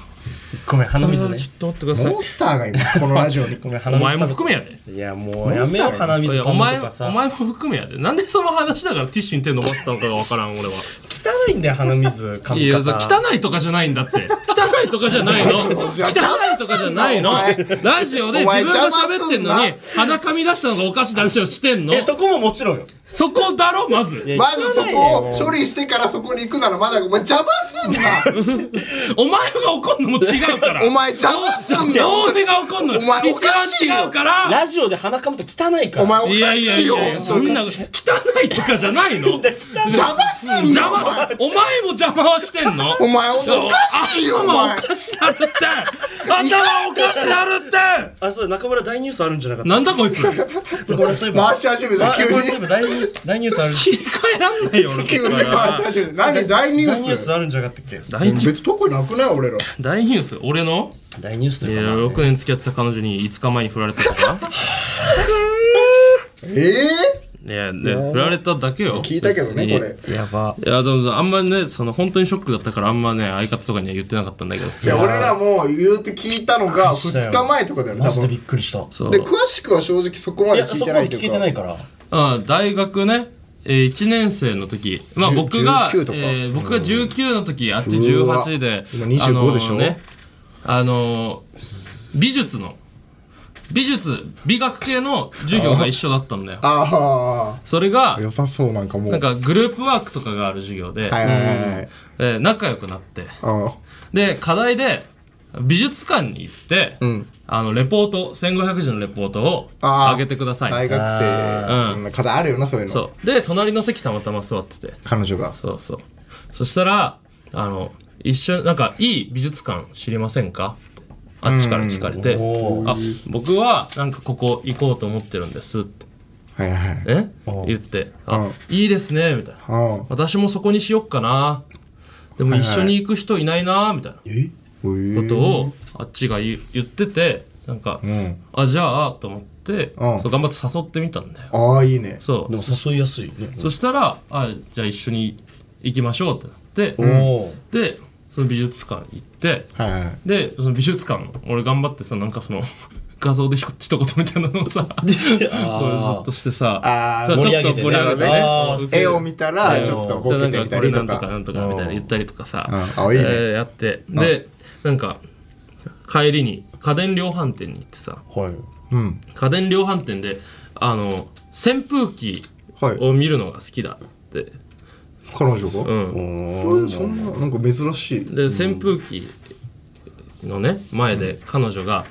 Speaker 6: ごめん鼻水ね
Speaker 2: ちょっと待ってください
Speaker 3: モンスターがいますこのラジ オに
Speaker 6: ごめん
Speaker 2: お
Speaker 6: 鼻水
Speaker 2: 前も
Speaker 6: 食
Speaker 2: 含
Speaker 6: べ
Speaker 2: め
Speaker 6: た
Speaker 2: やで
Speaker 6: いやもうやめよう鼻
Speaker 2: い
Speaker 6: 水
Speaker 2: や
Speaker 6: か
Speaker 2: お
Speaker 6: む
Speaker 2: 前
Speaker 6: とか
Speaker 2: お
Speaker 6: さ
Speaker 2: 前も含めやでなんでその話だからティッシュに手伸ばしたのかがわからん俺は
Speaker 6: 汚いんだよ鼻水
Speaker 2: い
Speaker 6: 髪
Speaker 2: や、
Speaker 6: 型
Speaker 2: そう汚いとかじゃないんだって。汚いとかじゃ ないの。汚いとかじゃないの
Speaker 3: お前。
Speaker 2: ラジオで
Speaker 3: お前
Speaker 2: 自分が喋ってんの
Speaker 3: 邪魔すん
Speaker 2: に
Speaker 3: な、
Speaker 2: 鼻かみ出したのがおかしい話をしてんの
Speaker 6: え。そこももちろんよ
Speaker 2: そこだろ、まず。
Speaker 3: まずそこを処理してからそこに行くならまだお前邪魔すんな
Speaker 2: お前が怒んのも違うから。
Speaker 3: お前邪魔すんな
Speaker 2: どうでが怒んの
Speaker 3: お前お
Speaker 2: 一
Speaker 3: かしいよ
Speaker 2: 番違うから。
Speaker 6: ラジオで鼻かむと汚いから
Speaker 3: お前お
Speaker 2: いや
Speaker 3: か
Speaker 2: いや
Speaker 3: しい
Speaker 2: い
Speaker 3: よ
Speaker 2: やいや、そ
Speaker 3: 本当
Speaker 2: ん
Speaker 3: に
Speaker 2: な、汚いとかじゃないの。
Speaker 3: 邪魔すんな
Speaker 2: 邪魔さ、お前も邪魔はしてんの。
Speaker 3: お前お前おかしいよお
Speaker 2: 頭お
Speaker 3: 前
Speaker 2: かしなるって頭おかしなるって
Speaker 6: あそうだ中村大ニュースあるんじゃなかった
Speaker 2: なんだこいつ切
Speaker 6: これそういえば
Speaker 3: 回し始め
Speaker 6: あ
Speaker 3: た急
Speaker 6: こ
Speaker 3: に
Speaker 6: れそういえば大ニュース大ニュースある
Speaker 2: り替えらんないよ俺こ
Speaker 3: 急に
Speaker 2: こ
Speaker 3: 回し
Speaker 2: から
Speaker 3: 始めた何大ニュ
Speaker 6: 大ニュー
Speaker 3: ー
Speaker 6: ス
Speaker 3: ス
Speaker 6: あるんじゃなかったっけ
Speaker 2: 大ニュ
Speaker 3: 別特になくない俺ら
Speaker 2: 大ニュース俺の
Speaker 6: 大ニュースと
Speaker 2: い
Speaker 6: い
Speaker 2: や
Speaker 6: う
Speaker 2: 6
Speaker 6: か
Speaker 2: 年付き合ってた彼女に5日前に振られたとか
Speaker 3: ええ
Speaker 2: いやで振られただけよ
Speaker 3: 聞いたけどね
Speaker 2: 別に
Speaker 3: これ
Speaker 6: まあやば
Speaker 2: いやでもあんまりねその本当にショックだったからあんまね相方とかには言ってなかったんだけど
Speaker 3: い
Speaker 2: す
Speaker 3: や
Speaker 2: ごい
Speaker 3: 俺らも言うて聞いたのが2日前とかだよね
Speaker 6: マ
Speaker 3: 多
Speaker 6: ジでび
Speaker 3: 分
Speaker 6: っくりした
Speaker 2: そう
Speaker 3: で詳しくは正直そこま
Speaker 6: い
Speaker 3: で
Speaker 6: や
Speaker 3: 聞い
Speaker 6: そ
Speaker 3: て
Speaker 6: こ
Speaker 3: な
Speaker 6: ま
Speaker 3: いと
Speaker 6: で聞
Speaker 3: い
Speaker 6: け
Speaker 3: う
Speaker 6: て
Speaker 3: か
Speaker 6: ないから
Speaker 2: ああ大学ね、えー、1年生の時、まあ、
Speaker 3: 10
Speaker 2: 僕が、え
Speaker 3: 19とか
Speaker 2: ー僕が19の時あっち
Speaker 3: うわ
Speaker 2: 18で
Speaker 3: 今25
Speaker 2: あのー
Speaker 3: でしょ
Speaker 2: ねあのー美術の美術美学系の授業が一緒だったんだよ
Speaker 3: あ
Speaker 2: それが
Speaker 3: あ良さそうなんかもう
Speaker 2: なんかグループワークとかがある授業で、
Speaker 3: はいはいはいはい
Speaker 2: えー仲良くなって
Speaker 3: あ
Speaker 2: で課題で美術館に行って、
Speaker 3: ん
Speaker 2: あのレポート1500字のレポートを
Speaker 3: あー
Speaker 2: 上げてください
Speaker 3: 大学
Speaker 2: う
Speaker 3: 生
Speaker 2: ん
Speaker 3: の方あるよなそういうの
Speaker 2: そうで隣の席たまたま座ってて
Speaker 3: 彼女が
Speaker 2: そうそう。そしたら、あの、一緒なんか、いい美術館知りませんかってあっちから聞かれて、あ、僕は、なんかここ行こうと思ってるんですって。
Speaker 3: はいはいはい
Speaker 2: え言って、
Speaker 3: う
Speaker 2: あ
Speaker 3: ん、
Speaker 2: いいですね、みたいな。
Speaker 3: あ
Speaker 2: 私もそこにしよっかな。でも一緒に行く人いないな、みたいな
Speaker 3: あう
Speaker 2: ことを、あっちが言う言ってて、なんか、
Speaker 3: ん
Speaker 2: あ、じゃあ、と思って、
Speaker 3: うん
Speaker 2: そう頑張って誘ってみたんだよ。
Speaker 3: ああいいね
Speaker 2: そう
Speaker 6: で。も誘いやすいね
Speaker 2: そしたら、あ、じゃあ一緒に行きましょうってなって、
Speaker 6: おー
Speaker 2: でその美術館行って
Speaker 3: はいはいはい
Speaker 2: でその美術館俺頑張ってさなんかその 画像でひ一言みたいなのをさこうずっとしてさ
Speaker 3: あー
Speaker 2: そう
Speaker 6: 盛
Speaker 2: ち
Speaker 6: り
Speaker 2: ょっ
Speaker 6: 上げ
Speaker 2: と
Speaker 6: て
Speaker 2: 盛り上げてね
Speaker 6: あー
Speaker 2: そう
Speaker 3: 絵を見たらちょっとボケてみたり
Speaker 2: な
Speaker 3: と
Speaker 2: んかこれ
Speaker 3: か
Speaker 2: なんとかなんとかみたいな言ったりとかさ、
Speaker 3: うんあいいね
Speaker 2: えーやってでなんか帰りに家電量販店に行ってさ
Speaker 6: はい
Speaker 3: うん
Speaker 2: 家電量販店であの扇風機
Speaker 3: はい
Speaker 2: を見るのが好きだって、
Speaker 3: 彼女が
Speaker 2: うん、
Speaker 3: うんそんななんか珍しい
Speaker 2: で扇風機のね前で彼女が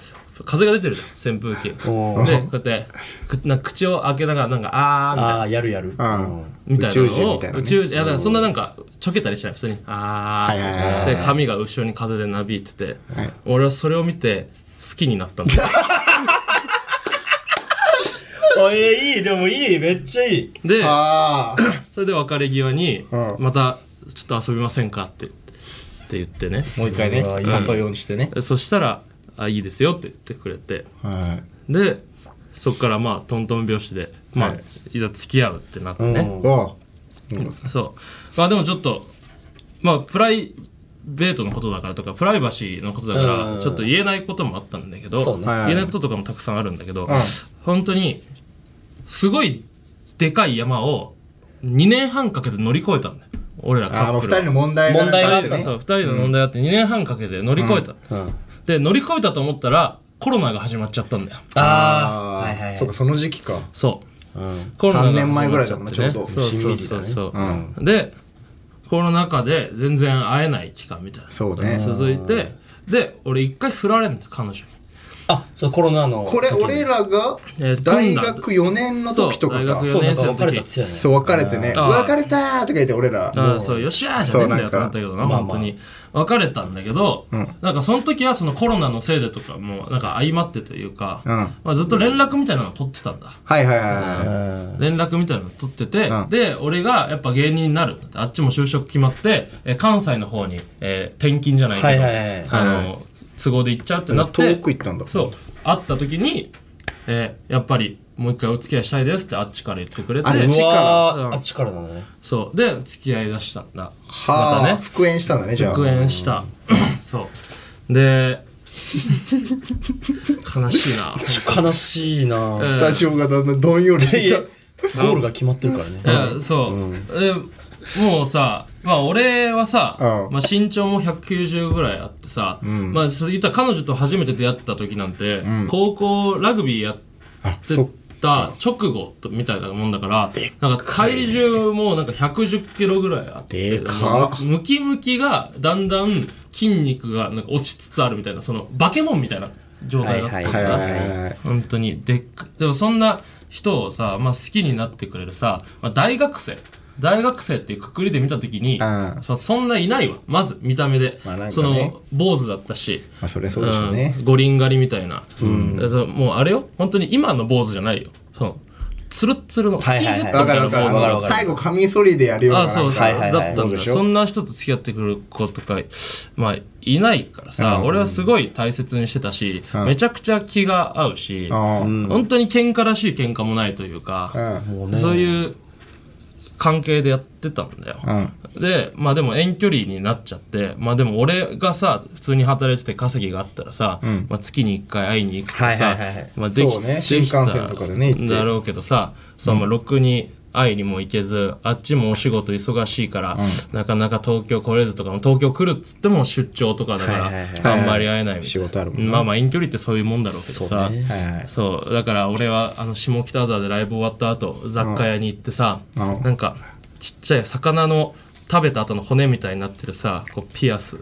Speaker 2: 風が出てるじゃん扇風機でこうやってくなんか口を開けながらなんかあー
Speaker 6: ああやるやる
Speaker 3: うん
Speaker 2: みたいな
Speaker 3: 宇宙人
Speaker 2: のを
Speaker 3: みたいなね
Speaker 2: 宇宙人いやだからそんななんかちょけたりしない普通にあ
Speaker 3: はいはいはい
Speaker 2: ーで髪が後ろに風でなびいてて俺はそれを見て好きにな ったんだよ
Speaker 6: あえーいいでもいいめっちゃいい
Speaker 2: で
Speaker 3: ああ
Speaker 2: それで別れ際に
Speaker 3: うん
Speaker 2: またちょっと遊びませんかってって言ってね
Speaker 3: もう一回ね誘うようにしてね
Speaker 2: でそしたらあいいですよって言ってくれて
Speaker 3: は
Speaker 2: でそこからまあトントン拍子で、まあ
Speaker 3: はい
Speaker 2: い、ざ付き合うってなってね、
Speaker 3: いわ
Speaker 2: そうまあでもちょっとまあプライベートのことだからとかプライバシーのことだからちょっと言えないこともあったんだけど、
Speaker 6: そうね
Speaker 2: 言えないこととかもたくさんあるんだけど、
Speaker 3: ん
Speaker 2: 本当にすごいでかい山を2年半かけて乗り越えたんだよ俺らカ
Speaker 3: ああも
Speaker 2: ップ
Speaker 3: う二
Speaker 2: ルは
Speaker 3: 人の問題がなんかあってね
Speaker 2: そう2人の問題あって2年半かけて乗り越えた、で乗り越えたと思ったらコロナが始まっちゃったんだよ
Speaker 6: ああ
Speaker 3: あ
Speaker 6: はいはい
Speaker 3: あそうかその時期か
Speaker 2: そう、
Speaker 3: 3年前ぐらいだもんなちょうど
Speaker 2: そうそうそうそう、でコロナ禍で全然会えない期間みたいな
Speaker 3: そうね
Speaker 2: 続いてで俺一回振られんだ彼女に
Speaker 6: あそうコロナの
Speaker 3: これ俺らが
Speaker 2: えー
Speaker 3: 大学4年の時とか
Speaker 2: そう大
Speaker 3: か
Speaker 2: 学四
Speaker 6: そうなん
Speaker 2: 年
Speaker 6: か
Speaker 2: 生の
Speaker 6: 別れ
Speaker 2: 時
Speaker 6: たっつやね
Speaker 3: そう別れてね
Speaker 2: あー
Speaker 3: 別れたーとか言って俺ら
Speaker 2: ああそうよっしゃーじゃねえんだよと思ったけどな
Speaker 6: そうなんか
Speaker 2: 本当に別れたんだけどなんかその時はそのコロナのせいでとかもなんか相まってというか
Speaker 3: ん
Speaker 2: まあずっと連絡みたいなの取ってたんだ
Speaker 3: はいはいはいはい
Speaker 2: 連絡みたいなの取ってて、
Speaker 3: うん
Speaker 2: で俺がやっぱ芸人になるあっちも就職決まって、えー関西の方に、えー転勤じゃないけど、
Speaker 6: はいはいはい
Speaker 2: あの都合で行っちゃうってなって
Speaker 3: 遠く行ったんだ
Speaker 2: そう会った時に、えーやっぱりもう一回お付き合いしたいですってあっちから言ってくれて
Speaker 3: あれ
Speaker 6: うわー
Speaker 2: うん
Speaker 6: あっちからだね
Speaker 2: そうで付き合いだしたんだ
Speaker 3: はあ、
Speaker 2: またね
Speaker 3: 復縁したんだねじゃあ
Speaker 2: 復縁したそうで悲しいな
Speaker 6: 悲しいな
Speaker 3: スタジオがだんだんどんよりしてきた
Speaker 6: いゴールが決まってるからね。
Speaker 2: うんそう、えもうさまあ俺はさ、
Speaker 3: うん
Speaker 2: まあ、身長も190ぐらいあってさ、まあそういったら彼女と初めて出会った時なんて、高校ラグビーやって
Speaker 3: あそっ
Speaker 2: った直後とみたいなもんだから、なんか体重もなんか110キロぐらいあって、
Speaker 3: でか
Speaker 2: な
Speaker 3: っ
Speaker 2: んムキムキがだんだん筋肉がなんか落ちつつあるみたいな、そのバケモンみたいな状態だったんだ、
Speaker 3: はいはいはいはい
Speaker 2: 本当に。でっかでもそんな人をさ、まあ、好きになってくれるさ、まあ、大学生。大学生っていうくくりで見たときに、
Speaker 3: うん
Speaker 2: そそんないないわ。まず、見た目で。
Speaker 3: まあなんかね
Speaker 2: その、坊主だったし。
Speaker 3: まあそりゃそうでしょうね
Speaker 2: ん五輪狩りみたいな、だからもうあれよ本当に今の坊主じゃないよそのつるっつるのスキンヘッド
Speaker 3: わ
Speaker 2: み
Speaker 3: か
Speaker 2: たいな
Speaker 3: るわかる
Speaker 2: 坊主
Speaker 3: わかる最後カミソリでやるような
Speaker 2: あそうそう、
Speaker 3: なんか
Speaker 2: だった
Speaker 3: そ
Speaker 2: ん
Speaker 3: う
Speaker 2: だ
Speaker 3: でし
Speaker 2: そ
Speaker 3: ょ
Speaker 2: んな人と付き合ってくる子とかまあいないからさ、俺はすごい大切にしてたし、
Speaker 3: ん
Speaker 2: めちゃくちゃ気が合うし、
Speaker 3: うん
Speaker 2: 本当に喧嘩らしい喧嘩もないというか、そういう関係でやってたんだよ、でまあでも遠距離になっちゃってまあでも俺がさ普通に働いてて稼ぎがあったらさ、まあ、月に1回会いに行くとか
Speaker 6: は
Speaker 2: さ
Speaker 6: いはいはいはい
Speaker 2: まあでき
Speaker 3: そうね
Speaker 2: できた
Speaker 3: 新幹線とかでね行って
Speaker 2: だろうけどさそう、まあ、ろくに会いにも行けずあっちもお仕事忙しいから、なかなか東京来れずとかも東京来るっつっても出張とかだから、
Speaker 6: はいはい
Speaker 2: あんまり会えないみたいな
Speaker 3: 仕事あるもんね
Speaker 2: まあまあ遠距離ってそういうもんだろうけどさ
Speaker 6: そうね
Speaker 3: はいはい
Speaker 2: そうだから俺はあの下北沢でライブ終わった後雑貨屋に行ってさ、
Speaker 3: うん
Speaker 2: なんかちっちゃい魚の食べた後の骨みたいになってるさこうピアス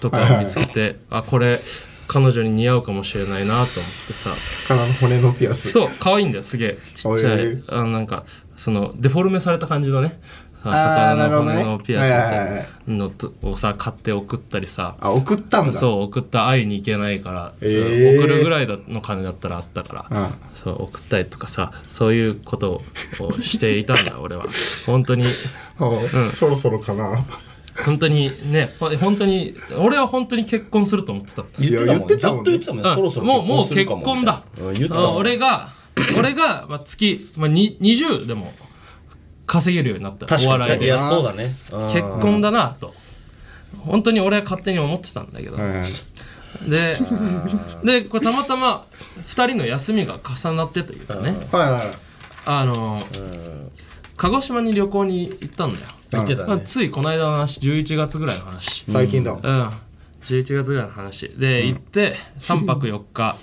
Speaker 2: とかを見つけて、あこれ彼女に似合うかもしれないなと思ってさ
Speaker 3: 魚の骨のピアス
Speaker 2: そう可愛いんだよすげえちっちゃ
Speaker 3: おいお
Speaker 2: い
Speaker 3: い
Speaker 2: あのなんかそのデフォルメされた感じのね
Speaker 3: あー
Speaker 2: 魚の骨
Speaker 3: なるほど
Speaker 2: の
Speaker 3: ね
Speaker 2: ピアスみ
Speaker 3: はいはい
Speaker 2: た
Speaker 3: はい
Speaker 2: いなのとをさ買って送ったりさ
Speaker 3: あ送ったんだ
Speaker 2: そう送った会いに行けないから、
Speaker 3: えー
Speaker 2: そう送るぐらいだの金だったらあったから、
Speaker 3: うん
Speaker 2: そう送ったりとかさそういうことをしていたん だ俺は本当に
Speaker 3: うんそろそろかな
Speaker 2: 本当にねほ本当に俺は本当に結婚すると思ってた
Speaker 3: いや言ってたもん
Speaker 6: ず
Speaker 3: ね
Speaker 6: っと言ってたもん
Speaker 2: う
Speaker 6: ね。
Speaker 2: ん
Speaker 6: そろそろ
Speaker 2: もうもう
Speaker 6: する
Speaker 2: 結
Speaker 6: かも
Speaker 2: 婚だ
Speaker 6: うん言ってたもん
Speaker 2: あ俺が俺が、まあ、月、まあ、に20でも稼げるようになった
Speaker 6: 確
Speaker 2: お
Speaker 6: か
Speaker 2: 笑い
Speaker 6: に。い
Speaker 2: で
Speaker 6: や、そうだね。うん
Speaker 2: 結婚だなと本当に俺は勝手に思ってたんだけど、
Speaker 3: うん
Speaker 2: ででこれたまたま2人の休みが重なってというかね
Speaker 3: はいはい
Speaker 2: あの鹿児島に旅行に行ったんだよ、
Speaker 6: 言ってた
Speaker 2: まあ
Speaker 6: ね。
Speaker 2: ついこの間の話11月ぐらいの話
Speaker 3: 最近だ
Speaker 2: うん11月ぐらいの話で行って3泊4日、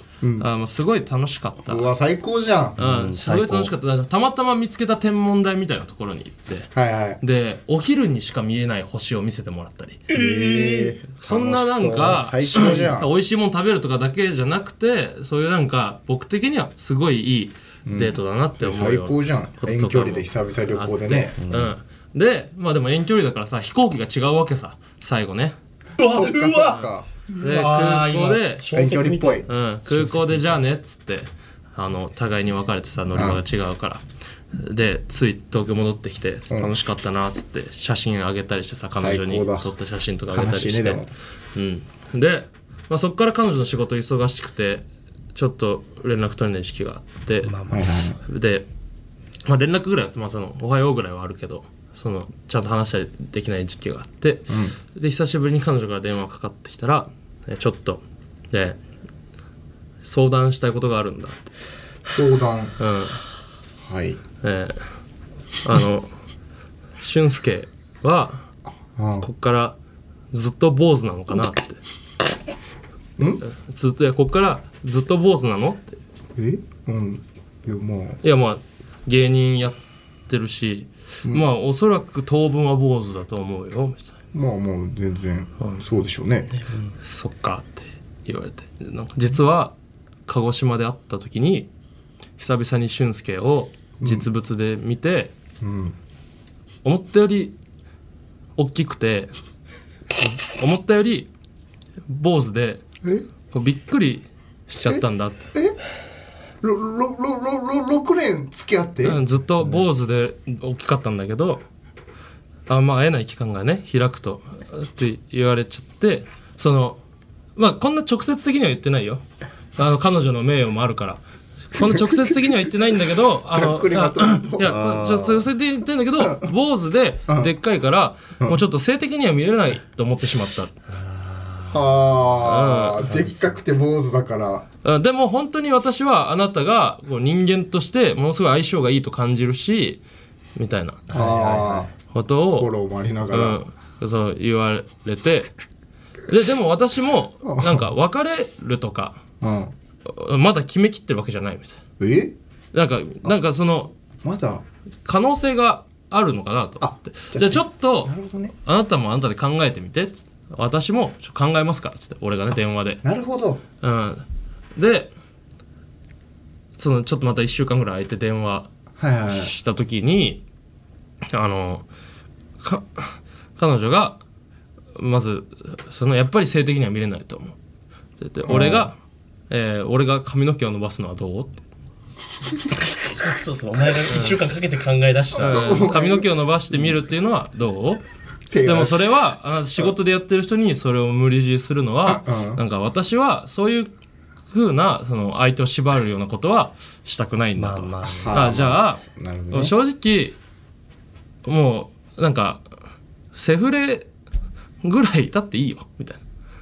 Speaker 2: あもうすごい楽しかった
Speaker 3: うわ最高じゃん
Speaker 2: うん、すごい楽しかっただからたまたま見つけた天文台みたいなところに行って
Speaker 3: はいはい
Speaker 2: でお昼にしか見えない星を見せてもらったり
Speaker 3: えー
Speaker 2: そんななんか
Speaker 3: 楽しそう最高じゃん
Speaker 2: 美味しいもの食べるとかだけじゃなくてそういうなんか僕的にはすごいいいデートだなって思う
Speaker 3: 最
Speaker 2: ような
Speaker 3: 高じゃん
Speaker 2: こととかも
Speaker 3: 遠距離で久々旅行でね
Speaker 2: あってうんでまあでも遠距離だからさ飛行機が違うわけさ最後ね
Speaker 3: そっかそっか
Speaker 2: で
Speaker 6: あ
Speaker 2: 空
Speaker 6: ー
Speaker 2: 港で
Speaker 6: 今
Speaker 3: 遠距離っぽい
Speaker 2: うん、空港でじゃあねっつってあの互いに別れてさ乗り場が違うから、でつい東京戻ってきて楽しかったなっつって写真あげたりしてさ彼女に
Speaker 3: 最高だ
Speaker 2: 撮った写真とかあげたりして
Speaker 3: 悲しいねでも
Speaker 2: うん、で、まあ、そっから彼女の仕事忙しくてちょっと連絡取れない時期があって、で、まあ、連絡ぐらいは、まあ、そのおはようぐらいはあるけどそのちゃんと話したりできない時期があって、で久しぶりに彼女から電話かかってきたらえちょっとで相談したいことがあるんだって
Speaker 3: 相
Speaker 2: う
Speaker 3: 談
Speaker 2: ん
Speaker 3: はい
Speaker 2: えーあの俊介は
Speaker 3: うん
Speaker 2: こっからずっと坊主なのかなってずっといやこっからずっと坊主なのって
Speaker 3: えうんいやもう
Speaker 2: いやまあ芸人やってるし、まあおそらく当分は坊主だと思うよみたいな
Speaker 3: まあもう全然そうでしょうね
Speaker 2: そっかって言われてなんか実は鹿児島で会った時に久々に俊介を実物で見て、思ったより大きくて思ったより坊主で
Speaker 3: え
Speaker 2: こうびっくりしちゃったんだって
Speaker 3: ろろろろろ6年付き合って
Speaker 2: うんずっと坊主で大きかったんだけどあまあ会えない期間がね開くとって言われちゃってそのまあこんな直接的には言ってないよあの彼女の名誉もあるからこんな直接的には言ってないんだけ どあ
Speaker 3: ざっ
Speaker 2: の
Speaker 3: くりまとめると
Speaker 2: いや直接的に言ってんだけど坊主ででっかいからもうちょっと性的には見れないと思ってしまった
Speaker 3: あーでっかくて坊主だから
Speaker 2: うんでも本当に私はあなたがこう人間としてものすごい相性がいいと感じるしみたいな
Speaker 3: あ
Speaker 2: こと
Speaker 3: ー
Speaker 2: を
Speaker 3: 心を回りながら、
Speaker 2: うん、そう言われてででも私もなんか別れるとか
Speaker 3: うん
Speaker 2: まだ決めきってるわけじゃないみたい
Speaker 3: え
Speaker 2: ななんかなんかその
Speaker 3: まだ
Speaker 2: 可能性があるのかなと思って
Speaker 3: あ
Speaker 2: じゃあちょっと
Speaker 3: なるほどね
Speaker 2: あなたもあなたで考えてみてつって私もちょっと考えますからつって俺がね電話で、
Speaker 3: なるほど
Speaker 2: うん、でそのちょっとまた1週間ぐらい空いて電話
Speaker 3: はいはいはい
Speaker 2: した時にあのか彼女がまずそのやっぱり性的には見れないと思うって言って俺が、えー俺が髪の毛を伸ばすのはどう?」って
Speaker 6: そうそう、お前が一週間かけて考え出した。
Speaker 2: うん髪の毛を伸ばしてみるっていうのはどう
Speaker 3: 手
Speaker 2: で
Speaker 3: が
Speaker 2: もそれはあ仕事でやってる人にそれを無理強いするのは
Speaker 3: うん
Speaker 2: なんか私はそういう風なその相手を縛るようなことはしたくないんだと。
Speaker 6: まあ
Speaker 2: あじゃあ
Speaker 3: なるほどね
Speaker 2: 正直もうなんかセフレぐらいだっていいよみたい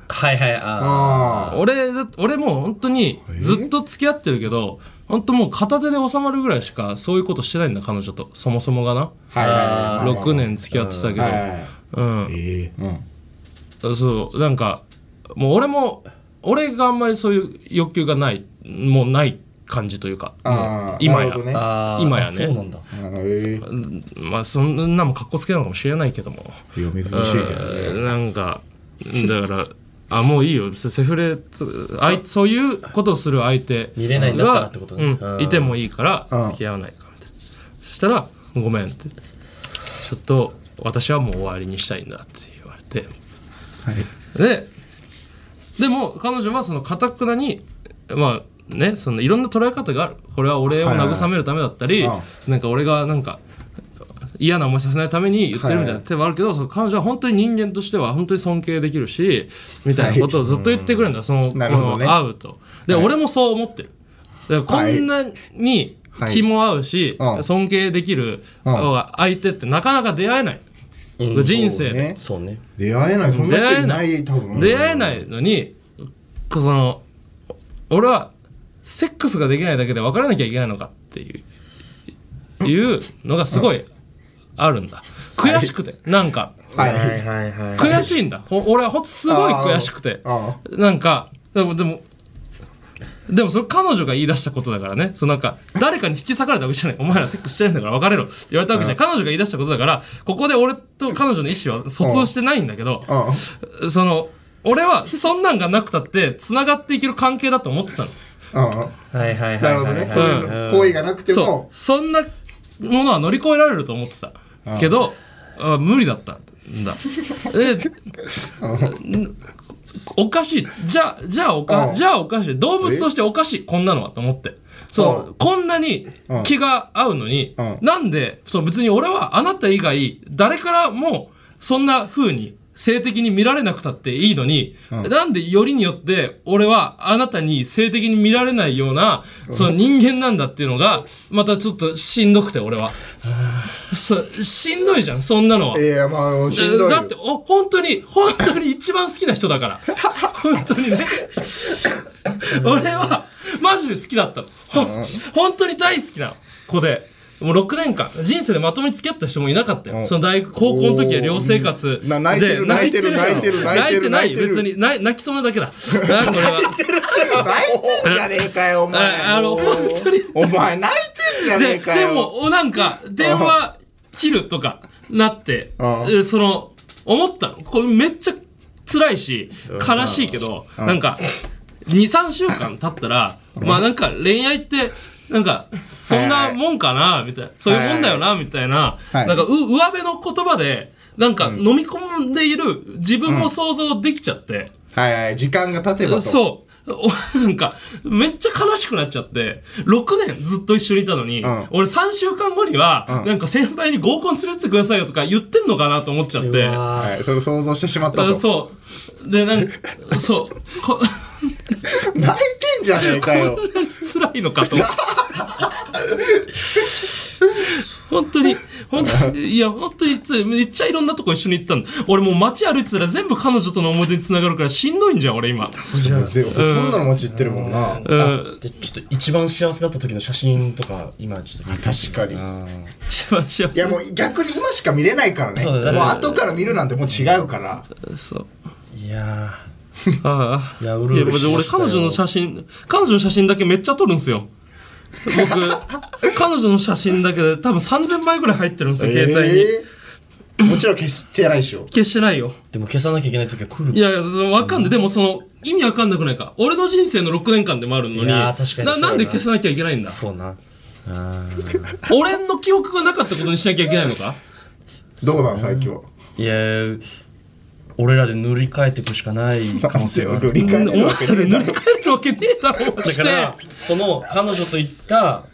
Speaker 6: はいはい、あ
Speaker 3: あ
Speaker 2: な俺だ俺もう本当にずっと付き合ってるけど本当もう片手で収まるぐらいしかそういうことしてないんだ彼女とそもそもがな
Speaker 3: ーはいはいはい
Speaker 2: 6年付き合ってたけど、
Speaker 3: はいはいはい
Speaker 2: うん、
Speaker 3: ええうん
Speaker 2: そうなんかもう俺も俺があんまりそういう欲求がないもうない感じというかも
Speaker 3: あ
Speaker 2: う
Speaker 3: あ
Speaker 2: 今や、
Speaker 3: なるほどね
Speaker 6: あ
Speaker 2: 今やね
Speaker 6: そうなんだ。
Speaker 3: あーえ
Speaker 2: まあそんなもかっこつけなのかもしれないけども
Speaker 3: えいや珍しいけどね
Speaker 2: うんなんかだからあもういいよセセフレつあいそういうことをする相手
Speaker 6: 見れないんだったらってことね
Speaker 2: がうん
Speaker 6: うん
Speaker 2: いてもいいから
Speaker 3: うん
Speaker 2: 付き合わないかみたいなそしたら「ごめん」って「ちょっと私はもう終わりにしたいんだ」って言われてででも彼女はそのかたくなにまあねそのいろんな捉え方があるこれは俺を慰めるためだったり、
Speaker 3: はいはいは
Speaker 2: なんか俺がなんか嫌な思いさせないために言ってるみたいな手はあるけど、その彼女は本当に人間としては本当に尊敬できるしみたいなことをずっと言ってくれるんだ、その
Speaker 3: なるほどね
Speaker 2: この会うとで、俺もそう思ってるでこんなに気も合うし、
Speaker 3: はいうん
Speaker 2: 尊敬できる
Speaker 3: うん
Speaker 2: 相手ってなかなか出会えない、人生で、
Speaker 3: ね
Speaker 6: そうね。
Speaker 3: 出会えないそんな
Speaker 2: 出会
Speaker 3: 人
Speaker 2: え
Speaker 3: い
Speaker 2: な
Speaker 3: ないい多分
Speaker 2: 出会えないのにこその俺はセックスができないだけで別れなきゃいけないのかっていういうのがすごいあるんだ悔しくてなんか
Speaker 3: はい
Speaker 6: はいはい。
Speaker 2: 悔しいんだほ俺はほんとすごい悔しくて
Speaker 3: あ
Speaker 2: なんかでもでもでもそれ彼女が言い出したことだからねそのなんか誰かに引き裂かれたわけじゃないお前らセックスしてないんだから別れろって言われたわけじゃない彼女が言い出したことだからここで俺と彼女の意思は疎通してないんだけど
Speaker 3: ああ
Speaker 2: その、俺はそんなんがなくたって、繋がっていける関係だと思ってたの。
Speaker 3: あ
Speaker 6: はいはいはい。
Speaker 3: なるほどね
Speaker 6: はい
Speaker 3: そう
Speaker 6: はい
Speaker 3: いう行為がなくて
Speaker 2: そ
Speaker 3: も
Speaker 2: う。そんなものは乗り越えられると思ってた。けど、あ無理だったん だ。で、おかしい。じゃあ、じゃあお
Speaker 3: う
Speaker 2: か、
Speaker 3: ん
Speaker 2: じゃあおかしい。動物としておかしい。こんなのはと思って。そうう、こんなに気が合うのに
Speaker 3: うん、
Speaker 2: なんで、そう別に俺はあなた以外、誰からもそんな風に性的に見られなくたっていいのに、なんでよりによって俺はあなたに性的に見られないような、その人間なんだっていうのが、またちょっとしんどくて俺は。そうしんどいじゃん、そんなのは。
Speaker 3: いやまあしんどい
Speaker 2: だって
Speaker 3: よ
Speaker 2: お本当に本当に一番好きな人だから本当にね俺はマジで好きだったのほん本当に大好きな子でもう6年間人生でまともに付き合った人もいなかったよ、
Speaker 3: ん
Speaker 2: その大学高校の時は寮生活
Speaker 3: おーな泣いてる
Speaker 2: で
Speaker 3: 泣いてる泣いてる泣いて
Speaker 2: 泣いて
Speaker 3: る
Speaker 2: ない
Speaker 3: 泣いてる
Speaker 2: 別に泣泣きそうなだけだなこれ は
Speaker 3: 泣いてんじゃねえかよお前
Speaker 2: ああの本当に
Speaker 3: お前泣いてんじゃねえ
Speaker 2: で
Speaker 3: か
Speaker 2: で
Speaker 3: よ
Speaker 2: もおなんか電話切るとかなって
Speaker 3: うん
Speaker 2: えその思ったのこれめっちゃ辛いし悲しいけどなんか23週間経ったらまあなんか恋愛ってなんかそんなもんかなみたいなそういうもんだよなみたいな
Speaker 3: はい
Speaker 2: なんかう上辺の言葉でなんか飲み込んでいる自分も想像できちゃって。
Speaker 3: はいはい時間が経てばと
Speaker 2: そう。 おなんか、めっちゃ悲しくなっちゃって、6年ずっと一緒にいたのに、
Speaker 3: ん
Speaker 2: 俺3週間後には、
Speaker 3: うん
Speaker 2: なんか先輩に合コン連れてってくださいよとか言ってんのかなと思っちゃっ
Speaker 6: う
Speaker 2: て。
Speaker 6: わー
Speaker 3: はいそれ想像してしまったと
Speaker 2: あそう。で、なんか、 そう。こ
Speaker 3: 泣いてんじゃねえかよ
Speaker 2: 辛いのかと。 本当に、本当に、いや、本当につ、めっちゃいろんなとこ一緒に行ったんだ。俺もう街歩いてたら全部彼女との思い出に繋がるからしんどいんじゃん、俺今。
Speaker 3: もうぜほとんどの街行ってるもんな。確
Speaker 2: うん。
Speaker 6: でちょっと一番幸せだった時の写真とか今ちょっと
Speaker 3: かに。
Speaker 2: 一番幸
Speaker 3: い
Speaker 2: せ。
Speaker 3: やもう逆に今しか見れないからね。
Speaker 6: そうだね
Speaker 3: もう後から見るなんてもう違うから。
Speaker 2: そう。
Speaker 6: いや
Speaker 2: ああ。
Speaker 6: いやうるうる
Speaker 2: い
Speaker 6: しま
Speaker 2: 俺
Speaker 6: したよ
Speaker 2: 彼女の写真、彼女の写真だけめっちゃ撮るんですよ。 僕、彼女の写真だけで多分3000枚ぐらい入ってるんですよ、携帯に。
Speaker 3: えーもちろん消してないでしょ。
Speaker 2: 消してないよ。
Speaker 6: でも消さなきゃいけない時は来る
Speaker 2: いやいや、そのわかんない。でもその、意味わかんなくないか。俺の人生の6年間でもあるのに。
Speaker 6: いやー確かにそうだな
Speaker 2: ななんで消さなきゃいけないんだ。
Speaker 6: そうな
Speaker 2: 俺の記憶がなかったことにしなきゃいけないのか
Speaker 3: どうなん最強。
Speaker 6: いや俺らで塗り替えていくし かない可能性があ
Speaker 3: なん
Speaker 6: る
Speaker 3: で理
Speaker 2: お
Speaker 3: 解れ
Speaker 2: 前ら
Speaker 3: るわけねえ
Speaker 2: 塗
Speaker 3: だ
Speaker 2: り
Speaker 3: ろ。
Speaker 2: 替えるわけねえだろ、
Speaker 6: だ
Speaker 2: し
Speaker 6: か
Speaker 2: て。
Speaker 6: らその彼女と行った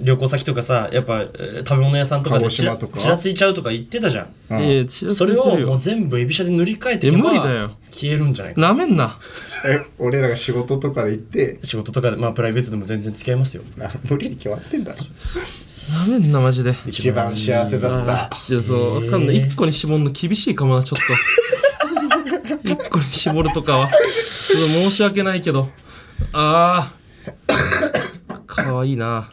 Speaker 6: 旅行先とかさやっぱ、えー食べ物屋さんとかで
Speaker 3: 鹿児
Speaker 6: ちら
Speaker 3: 島とか
Speaker 6: ちらついちゃうとか言ってたじゃん
Speaker 3: うん
Speaker 2: いや、ちらつい
Speaker 6: それ
Speaker 2: て
Speaker 6: を
Speaker 2: る
Speaker 6: もう
Speaker 2: よ。
Speaker 6: 全部エビシャで塗り替えていけば
Speaker 2: いや無理だよ
Speaker 6: 消えるんじゃないか
Speaker 2: なめんな。
Speaker 3: え俺らが仕事とかで行って、
Speaker 6: 仕事とかでまあプライベートでも全然付き合いますよ
Speaker 3: な無理に決まってんだろ。
Speaker 2: なめんな、マジで。
Speaker 3: 一番幸せだった。
Speaker 2: じゃあ、そう、わかんない。一個に絞るの厳しいかもな、ちょっ と。一個に絞るとかは。ちょっと申し訳ないけど。ああ。かわいいな。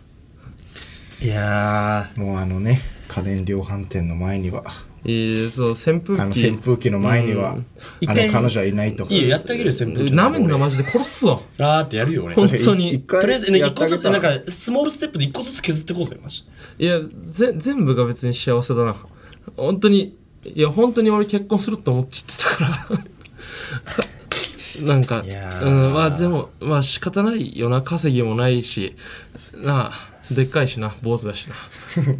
Speaker 6: いや
Speaker 3: もうあのね、家電量販店の前には、
Speaker 2: えー、そう、扇風機。
Speaker 3: あの扇風機の前には、あ
Speaker 6: 一
Speaker 3: の
Speaker 6: 回
Speaker 3: 彼女はいないとか。
Speaker 6: いいよやってあげるよ扇風機
Speaker 2: なめんな、マジで殺すぞ。
Speaker 6: あーってやるよ俺
Speaker 2: 本
Speaker 6: と
Speaker 3: 確か
Speaker 2: 当に。
Speaker 3: 一回
Speaker 6: りあえずね
Speaker 3: やっ
Speaker 6: 一
Speaker 3: てあ
Speaker 6: 個
Speaker 3: げ
Speaker 6: ず
Speaker 3: た
Speaker 6: つ
Speaker 3: ら
Speaker 6: なんかスモールステップで一個ずつ削ってこうぜマジで
Speaker 2: いやぜ全部が別に幸せだな本当にいや本当に俺結婚すると思っちゃってたから なんかうんまあでもまあ仕方ないよな稼ぎもないしなあでっかいしな坊主だしな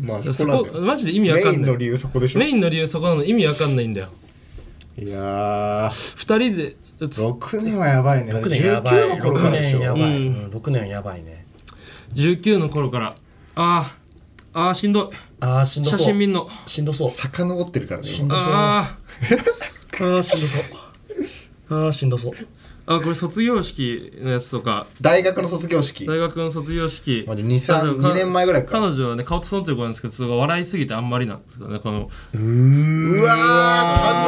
Speaker 3: まあそ
Speaker 2: そ
Speaker 3: こなん
Speaker 2: こ
Speaker 3: だよ
Speaker 2: マジで意味わ
Speaker 3: メ
Speaker 2: か
Speaker 3: イ
Speaker 2: ん
Speaker 3: ン
Speaker 2: な
Speaker 3: の
Speaker 2: い
Speaker 3: 理由そこでしょ
Speaker 2: メインの理由そこなの意味わかんないんだよ
Speaker 3: いやー
Speaker 2: 二人でつ
Speaker 3: 6年はやばいね
Speaker 6: 6年やばい
Speaker 3: 19の頃から
Speaker 6: 6
Speaker 3: でし
Speaker 6: 年や
Speaker 3: ょ
Speaker 6: ばい、うん、6年やばいね
Speaker 2: 19の頃からああああしんど
Speaker 6: あーしん
Speaker 2: い
Speaker 6: どそ
Speaker 2: 写
Speaker 6: う
Speaker 2: 真見んの
Speaker 6: しんどそう
Speaker 3: 遡ってるからね
Speaker 6: しんどそうあ
Speaker 2: あ
Speaker 6: ーしんどそうあーしんどそう
Speaker 2: ああこれ卒業式のやつとか
Speaker 3: 大学の卒業式
Speaker 2: 大学の卒業式
Speaker 3: まあで2 3
Speaker 2: 彼女
Speaker 3: 2年前ぐらいか
Speaker 2: 彼女はね顔とそってる子なんですけどちょっと笑いすぎてあんまりなんですよねこの
Speaker 3: うわ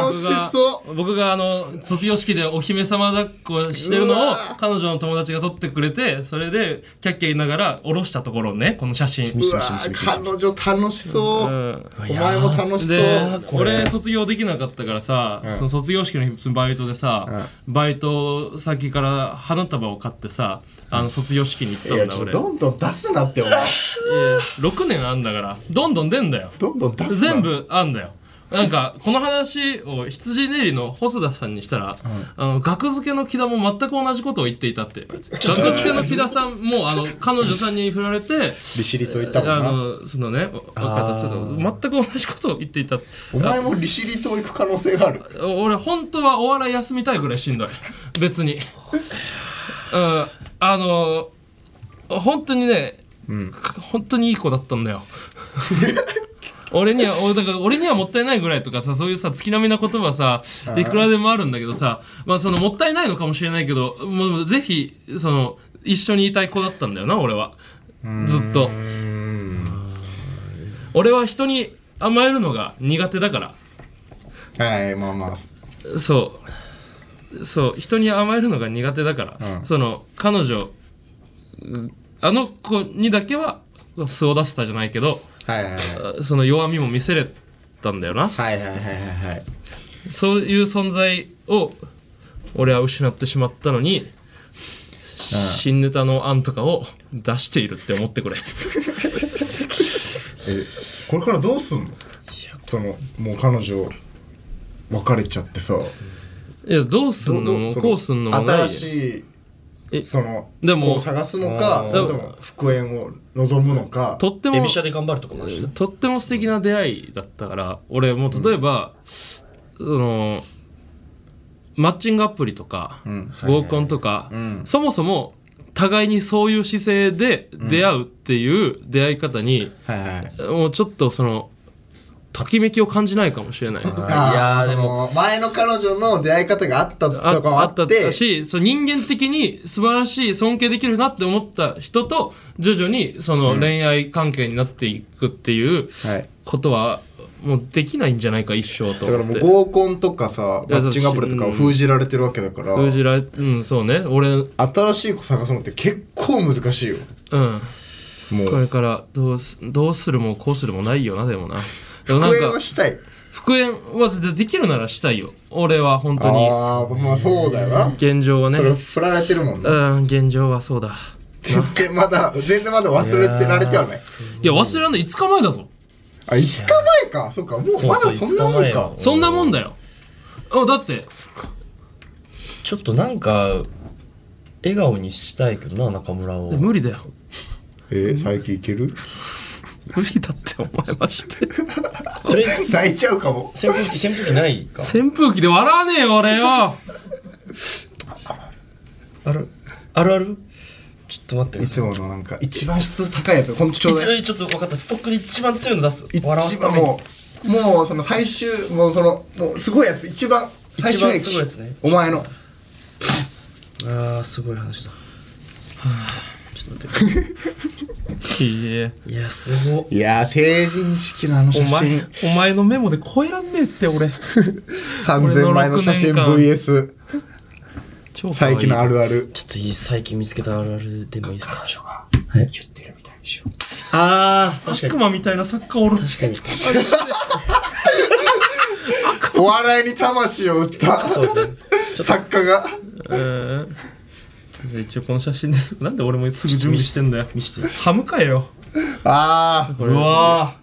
Speaker 3: ー楽しそ
Speaker 2: 僕が僕があの卒業式でお姫様抱っこしてるのを彼女の友達が撮ってくれてそれでキャッキャ言いながら下ろしたところねこの写真
Speaker 3: ううわー彼女楽しそう、
Speaker 2: うん
Speaker 3: お前も楽しそう
Speaker 2: で
Speaker 6: これ
Speaker 2: 俺卒業できなかったからさ、その卒業式の日普通にバイトでさ、バイト先から花束を買ってさあの卒業式に行っ
Speaker 3: い
Speaker 2: た
Speaker 3: や
Speaker 2: ん
Speaker 3: ち
Speaker 2: だ
Speaker 3: ょっと
Speaker 2: 俺
Speaker 3: どんどん出すなってお前
Speaker 2: 6年あんだからどんどん出んだよ
Speaker 3: どんどん出すな
Speaker 2: 全部あんだよなんかこの話を羊ネイリの細田さんにしたら、あの額付けの木田も全く同じことを言っていたって額付けの木田さんもあの彼女さんに振られて
Speaker 3: 利尻と言ったもん
Speaker 2: あ
Speaker 3: な
Speaker 2: のそのね分かったちょっと全く同じことを言っていた
Speaker 3: お前も利尻島行く可能性がある
Speaker 2: 俺本当はお笑い休みたいぐらいしんどい別にうんあの本当にね、本当にいい子だったんだよ俺には俺だから俺にはもったいないぐらいとかさそういうさ月並みな言葉さいくらでもあるんだけどさまあそのもったいないのかもしれないけどもうぜひその一緒にいたい子だったんだよな俺はずっと俺は人に甘えるのが苦手だから
Speaker 3: はいまあまあ
Speaker 2: そうそう人に甘えるのが苦手だから、その彼女うんあの子にだけは素を出せたじゃないけど
Speaker 3: はいはいはい
Speaker 2: あその弱みも見せれたんだよな
Speaker 3: はいはいはいはいはい
Speaker 2: そういう存在を俺は失ってしまったのに、新ネタの案とかを出しているって思ってくれ
Speaker 3: えこれからどうすんのそのもう彼女別れちゃってさ
Speaker 2: いやどうすんの
Speaker 3: ど
Speaker 2: も
Speaker 3: そ
Speaker 2: こうすんのもない
Speaker 3: 新しい
Speaker 2: え
Speaker 3: その
Speaker 2: でも
Speaker 3: 子を探すのかそれとも復縁を望むのか
Speaker 2: とっても
Speaker 6: エビシャで頑張るとかもあるし
Speaker 2: とっても素敵な出会いだったから俺もう例えば、そのマッチングアプリとか、合コンとか、そもそも互いにそういう姿勢で出会うっていう出会い方に、
Speaker 3: はいはい
Speaker 2: もうちょっとそのときめきを感じないかもしれない。
Speaker 8: いや
Speaker 3: あー
Speaker 8: でも前の彼女の出会い方があった
Speaker 2: あ
Speaker 8: とかもあって
Speaker 2: あったしその人間的に素晴らしい尊敬できるなって思った人と徐々にその恋愛関係になっていくっていう
Speaker 8: はい
Speaker 2: ことはもうできないんじゃないか一生と
Speaker 3: だから
Speaker 2: 思っ
Speaker 3: も
Speaker 2: て
Speaker 3: う合コンとかさマッチングアプリとかを封じられてるわけだから
Speaker 2: 封じられうんそうね俺うん
Speaker 3: 新しい子探すのって結構難しいよも
Speaker 2: こ
Speaker 3: う
Speaker 2: れからどうすどうするもこうするもないよなでもなでもなん
Speaker 3: 復縁
Speaker 2: か
Speaker 3: はしたい
Speaker 2: 復縁は全然できるならしたいよ俺は本当に
Speaker 3: ああまあそうだよな
Speaker 2: 現状はね
Speaker 3: それ振られてるもんね
Speaker 2: うん現状はそうだ
Speaker 3: 全然まだ全然まだ忘れてられてはない
Speaker 2: いや忘れらんない5日前だぞ
Speaker 3: あ5日前かそうかもう
Speaker 6: そう
Speaker 3: ま
Speaker 6: そう
Speaker 3: だそんなもんか
Speaker 2: そんなもんだよ。あ、だって、
Speaker 6: ちょっとなんか笑顔にしたいけどな中村を
Speaker 2: 無理だよ。
Speaker 3: えー、最近いける
Speaker 2: 無理だって、お前マジで。
Speaker 6: とりあえず
Speaker 3: 泣いちゃうかも
Speaker 6: 扇風機扇風機ないか
Speaker 2: 扇風機で笑わねえよ、俺よ。
Speaker 6: あるあるあるちょっと待って
Speaker 3: いつものなんか一番質高いやつほんとちょう
Speaker 6: 一
Speaker 3: だい
Speaker 6: 応ちょっと分かったストックで一番強いの出す
Speaker 3: 一
Speaker 6: 笑わすた
Speaker 3: 番
Speaker 6: めに
Speaker 3: もうもうその最終もうそのもうすごいやつ一番最終
Speaker 6: 一番すごいやつね
Speaker 3: お前の
Speaker 6: あーすごい話だ
Speaker 2: いいえ。
Speaker 6: いやすご
Speaker 3: いやー成人式のあの写
Speaker 2: お前
Speaker 3: 真、
Speaker 2: お前のメモで超えらんねえって、 俺。
Speaker 3: 3000枚の写真
Speaker 2: 俺の六
Speaker 3: VS
Speaker 2: 超可愛い
Speaker 3: 最近のあるある
Speaker 6: ちょっといい最近見つけたあるあるでもいいですか彼女が言ってるみたいにしようあー確かに
Speaker 2: 悪魔みたいな作家おる。
Speaker 6: 確かに
Speaker 3: お笑いに魂を売った
Speaker 6: そうですね
Speaker 3: 作家が
Speaker 2: うん。一応この写真です。なんで俺もすぐ準備してんだよ。見して。歯向かえよ。
Speaker 3: ああ
Speaker 6: うわ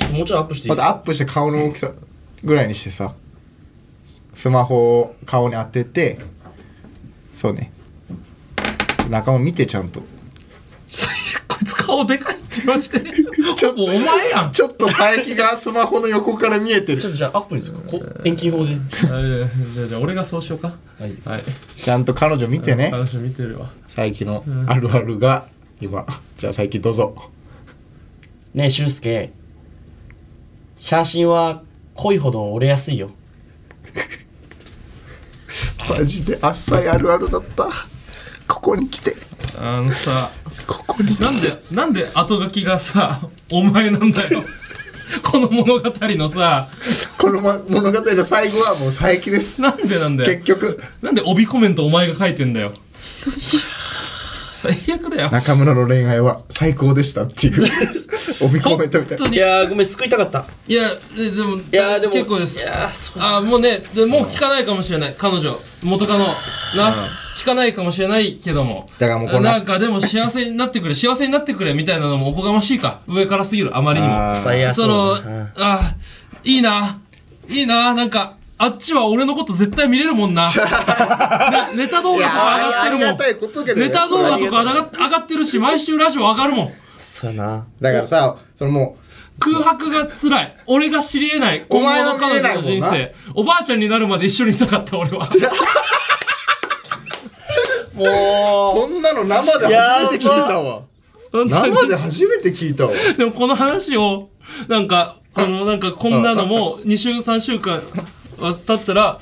Speaker 6: ーもうちょいアップしてい
Speaker 3: ま
Speaker 6: いで
Speaker 3: ず
Speaker 6: す
Speaker 3: ア
Speaker 6: か
Speaker 3: ップして顔の大きさぐらいにしてさスマホを顔に当ててそうねちょ仲間見てちゃんと
Speaker 2: こいつ顔でかいって言わして。
Speaker 3: ちょっと
Speaker 2: お前やん。
Speaker 3: ちょっと佐伯がスマホの横から見えて
Speaker 6: ち
Speaker 3: る
Speaker 6: ょっとじゃあアップにするかこう遠近法で
Speaker 2: じゃあ、じゃあ俺がそうしようか。
Speaker 6: はい
Speaker 2: はい。
Speaker 3: ちゃんと彼女見てね
Speaker 2: 彼女見てるわ。
Speaker 3: 佐伯のあるあるが今じゃあ佐伯どうぞ
Speaker 6: ねえ俊介写真は濃いほど折れやすいよ
Speaker 3: マジであっさいあるあるだったここに来て
Speaker 2: あのさ。
Speaker 3: ここに
Speaker 2: なんで、なんで後書きがさ、お前なんだよ。 この物語のさ、
Speaker 3: このま物語の最後はもう佐伯です
Speaker 2: なんでなんだ
Speaker 3: 結
Speaker 2: よ。
Speaker 3: 局
Speaker 2: なんで帯コメントお前が書いてんだよ。最悪だよ。
Speaker 3: 中村の恋愛は最高でしたって いう帯コメントみた
Speaker 2: 本
Speaker 3: いな
Speaker 2: 当
Speaker 6: い
Speaker 2: に。
Speaker 6: やーごめん救いたかった
Speaker 2: いや、ででも、
Speaker 6: いやーでも
Speaker 2: 結構です
Speaker 6: い。やーそう
Speaker 2: あー、もうね、でもう聞かないかもしれない。彼女、元カノ、な、聞かないかもしれないけども。
Speaker 3: だからもうこの
Speaker 2: なんかでも幸せになってくれ、幸せになってくれ、みたいなのもおこがましいか。上からすぎる、あまりにも。
Speaker 3: あー
Speaker 6: 最悪
Speaker 2: その、
Speaker 6: うだなうん
Speaker 2: あーいいな、いいな、なんか、あっちは俺のこと絶対見れるも んな。なネタ動
Speaker 3: い
Speaker 2: 画
Speaker 3: や
Speaker 2: とか
Speaker 3: あ
Speaker 2: 上
Speaker 3: りあり
Speaker 2: が
Speaker 3: が
Speaker 2: って
Speaker 3: た
Speaker 2: る
Speaker 3: いこと
Speaker 2: も
Speaker 3: け
Speaker 2: ん。
Speaker 3: どね
Speaker 2: ネタ動画とか上が上がってるし、毎週ラジオ上がるもん。
Speaker 6: そうやな
Speaker 3: だからさそのも
Speaker 2: 空白が辛い。俺が知り得ない。
Speaker 3: お前は
Speaker 2: 今後の彼女の
Speaker 3: 見れ
Speaker 2: 人
Speaker 3: ないもんな
Speaker 2: 生。おばあちゃんになるまで一緒にいたかった、俺は。
Speaker 3: うそんなの生で初めて聞いたわ
Speaker 2: 本当に
Speaker 3: 生で初めて聞いたわ
Speaker 2: でもこの話を、なんか、あの、なんかこんなのも、2週、3週間、わ経ったら、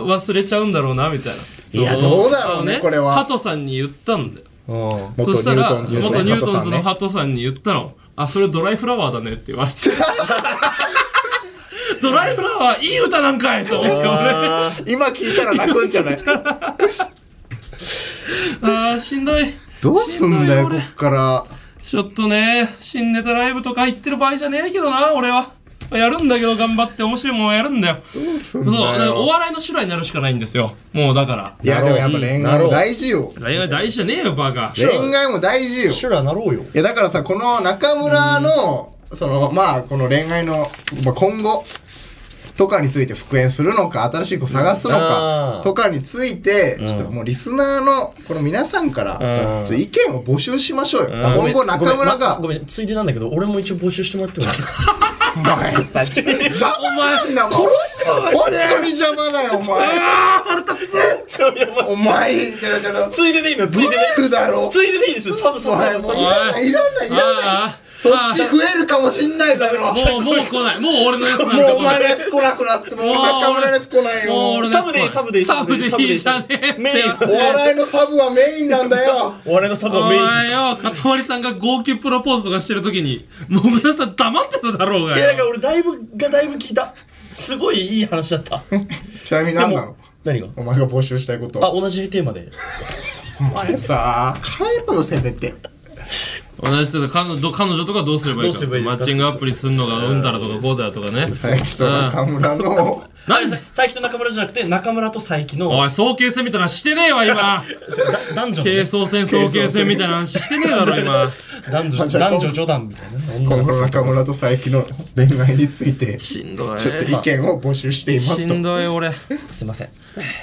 Speaker 2: 忘れちゃうんだろうな、みたいな。
Speaker 3: いやどうだろうね
Speaker 2: あの
Speaker 3: これは
Speaker 2: ハトさんに言ったんだよ。
Speaker 3: 元
Speaker 2: そ
Speaker 3: ニ
Speaker 2: した
Speaker 3: ュー
Speaker 2: ら、
Speaker 3: トンズの
Speaker 2: 元ニュートンズの
Speaker 3: ね
Speaker 2: ハトさんに言ったの。あ、それドライフラワーだねって言わ れて。ドライフラワー、いい歌なんかいと思って、俺。あ
Speaker 3: 今聞いたら泣くんじゃな い
Speaker 2: ー、しんどい。
Speaker 3: どうすんだよこっから
Speaker 2: ちょっとね、新ネタライブとか行ってる場合じゃねえけどな、俺は。やるんだけど頑張って面白いもんはやるんだよ。
Speaker 3: どうすん
Speaker 2: そう、だ
Speaker 3: だ
Speaker 2: からお
Speaker 3: よ
Speaker 2: 笑いの修羅になるしかないんですよ。もうだから。
Speaker 3: いやでもやっぱ恋愛も大事よ
Speaker 2: 恋愛大事じゃねえよ、バカ。
Speaker 3: 恋愛も大事よ
Speaker 6: 修羅なろうよ
Speaker 3: いやだからさこの中村のそのまあこの恋愛の、まあ、今後とかについて復縁するのか新しい子探すの
Speaker 6: う
Speaker 3: か
Speaker 6: ん
Speaker 3: とかについて、ちょっともうリスナーのこの皆さんから、
Speaker 6: ん
Speaker 3: ちょっと意見を募集しましょうよ、今後中村が
Speaker 6: ごめんまごめんついでなんだけど俺も一応募集してもらってもいいです か
Speaker 3: お前 さ邪魔なんだもん本当に邪魔だよお前お前じゃじゃ
Speaker 6: ついででいいのつ
Speaker 3: ブ
Speaker 6: い
Speaker 3: レ
Speaker 6: でで
Speaker 3: るだろ
Speaker 6: ついででいいですよサブ
Speaker 3: お
Speaker 6: サブ
Speaker 3: 前
Speaker 6: サブ
Speaker 3: もういらないいらないいらない
Speaker 2: ああ、
Speaker 9: そっち増えるかもしんないだろ
Speaker 2: もう、もう来ない。もう俺のやつなんて来
Speaker 9: もうお
Speaker 2: な
Speaker 9: 前
Speaker 2: い
Speaker 9: のやつ来なくなってもう
Speaker 2: もう
Speaker 9: 中村のやつ来ないよ
Speaker 2: もう俺のやつ来ない
Speaker 6: サブでいい
Speaker 2: サ
Speaker 6: サ
Speaker 2: ブ
Speaker 6: ブ
Speaker 2: で
Speaker 6: でいい
Speaker 2: いいじゃねえって
Speaker 6: メイン
Speaker 9: お笑いのサブはメインなんだよ
Speaker 10: お笑いのサブ
Speaker 2: お
Speaker 10: はメイン。
Speaker 2: 前よ、かたまりさんが号泣プロポーズとかしてるときに、もぐらさん黙ってただろうが
Speaker 6: いやだか
Speaker 2: よ。
Speaker 6: ら俺だいぶがだいぶ聞いたすごいいい話だった
Speaker 3: ちなみに何なの
Speaker 6: 何が
Speaker 3: お前が募集したいこと
Speaker 6: あ同じテーマで
Speaker 3: お前さ帰ろうよせめて
Speaker 2: 同じ人で彼女彼女とかどうすればいい
Speaker 6: どう
Speaker 2: か
Speaker 6: すればいいで
Speaker 2: マ
Speaker 6: すか
Speaker 2: ッチングアプリするのがうんだらとかこうだらとかね。
Speaker 3: 佐伯と中村の
Speaker 6: なんで佐伯と中村じゃなくて中村と佐伯の
Speaker 2: おい、早慶戦みたいな話してねえわ、 今。
Speaker 6: だ男女の
Speaker 2: 軽
Speaker 6: ね
Speaker 2: 装戦、早慶戦みたいな話してねえだろ、今。
Speaker 6: 男女男女冗談みたいなね女
Speaker 3: 今
Speaker 6: の
Speaker 3: 後
Speaker 6: 子
Speaker 3: の中村と佐伯の恋愛についてち
Speaker 2: しんどい。
Speaker 3: ょっと意見を募集していま
Speaker 2: し
Speaker 3: す
Speaker 2: ん
Speaker 3: と
Speaker 2: どい、俺。
Speaker 6: すいません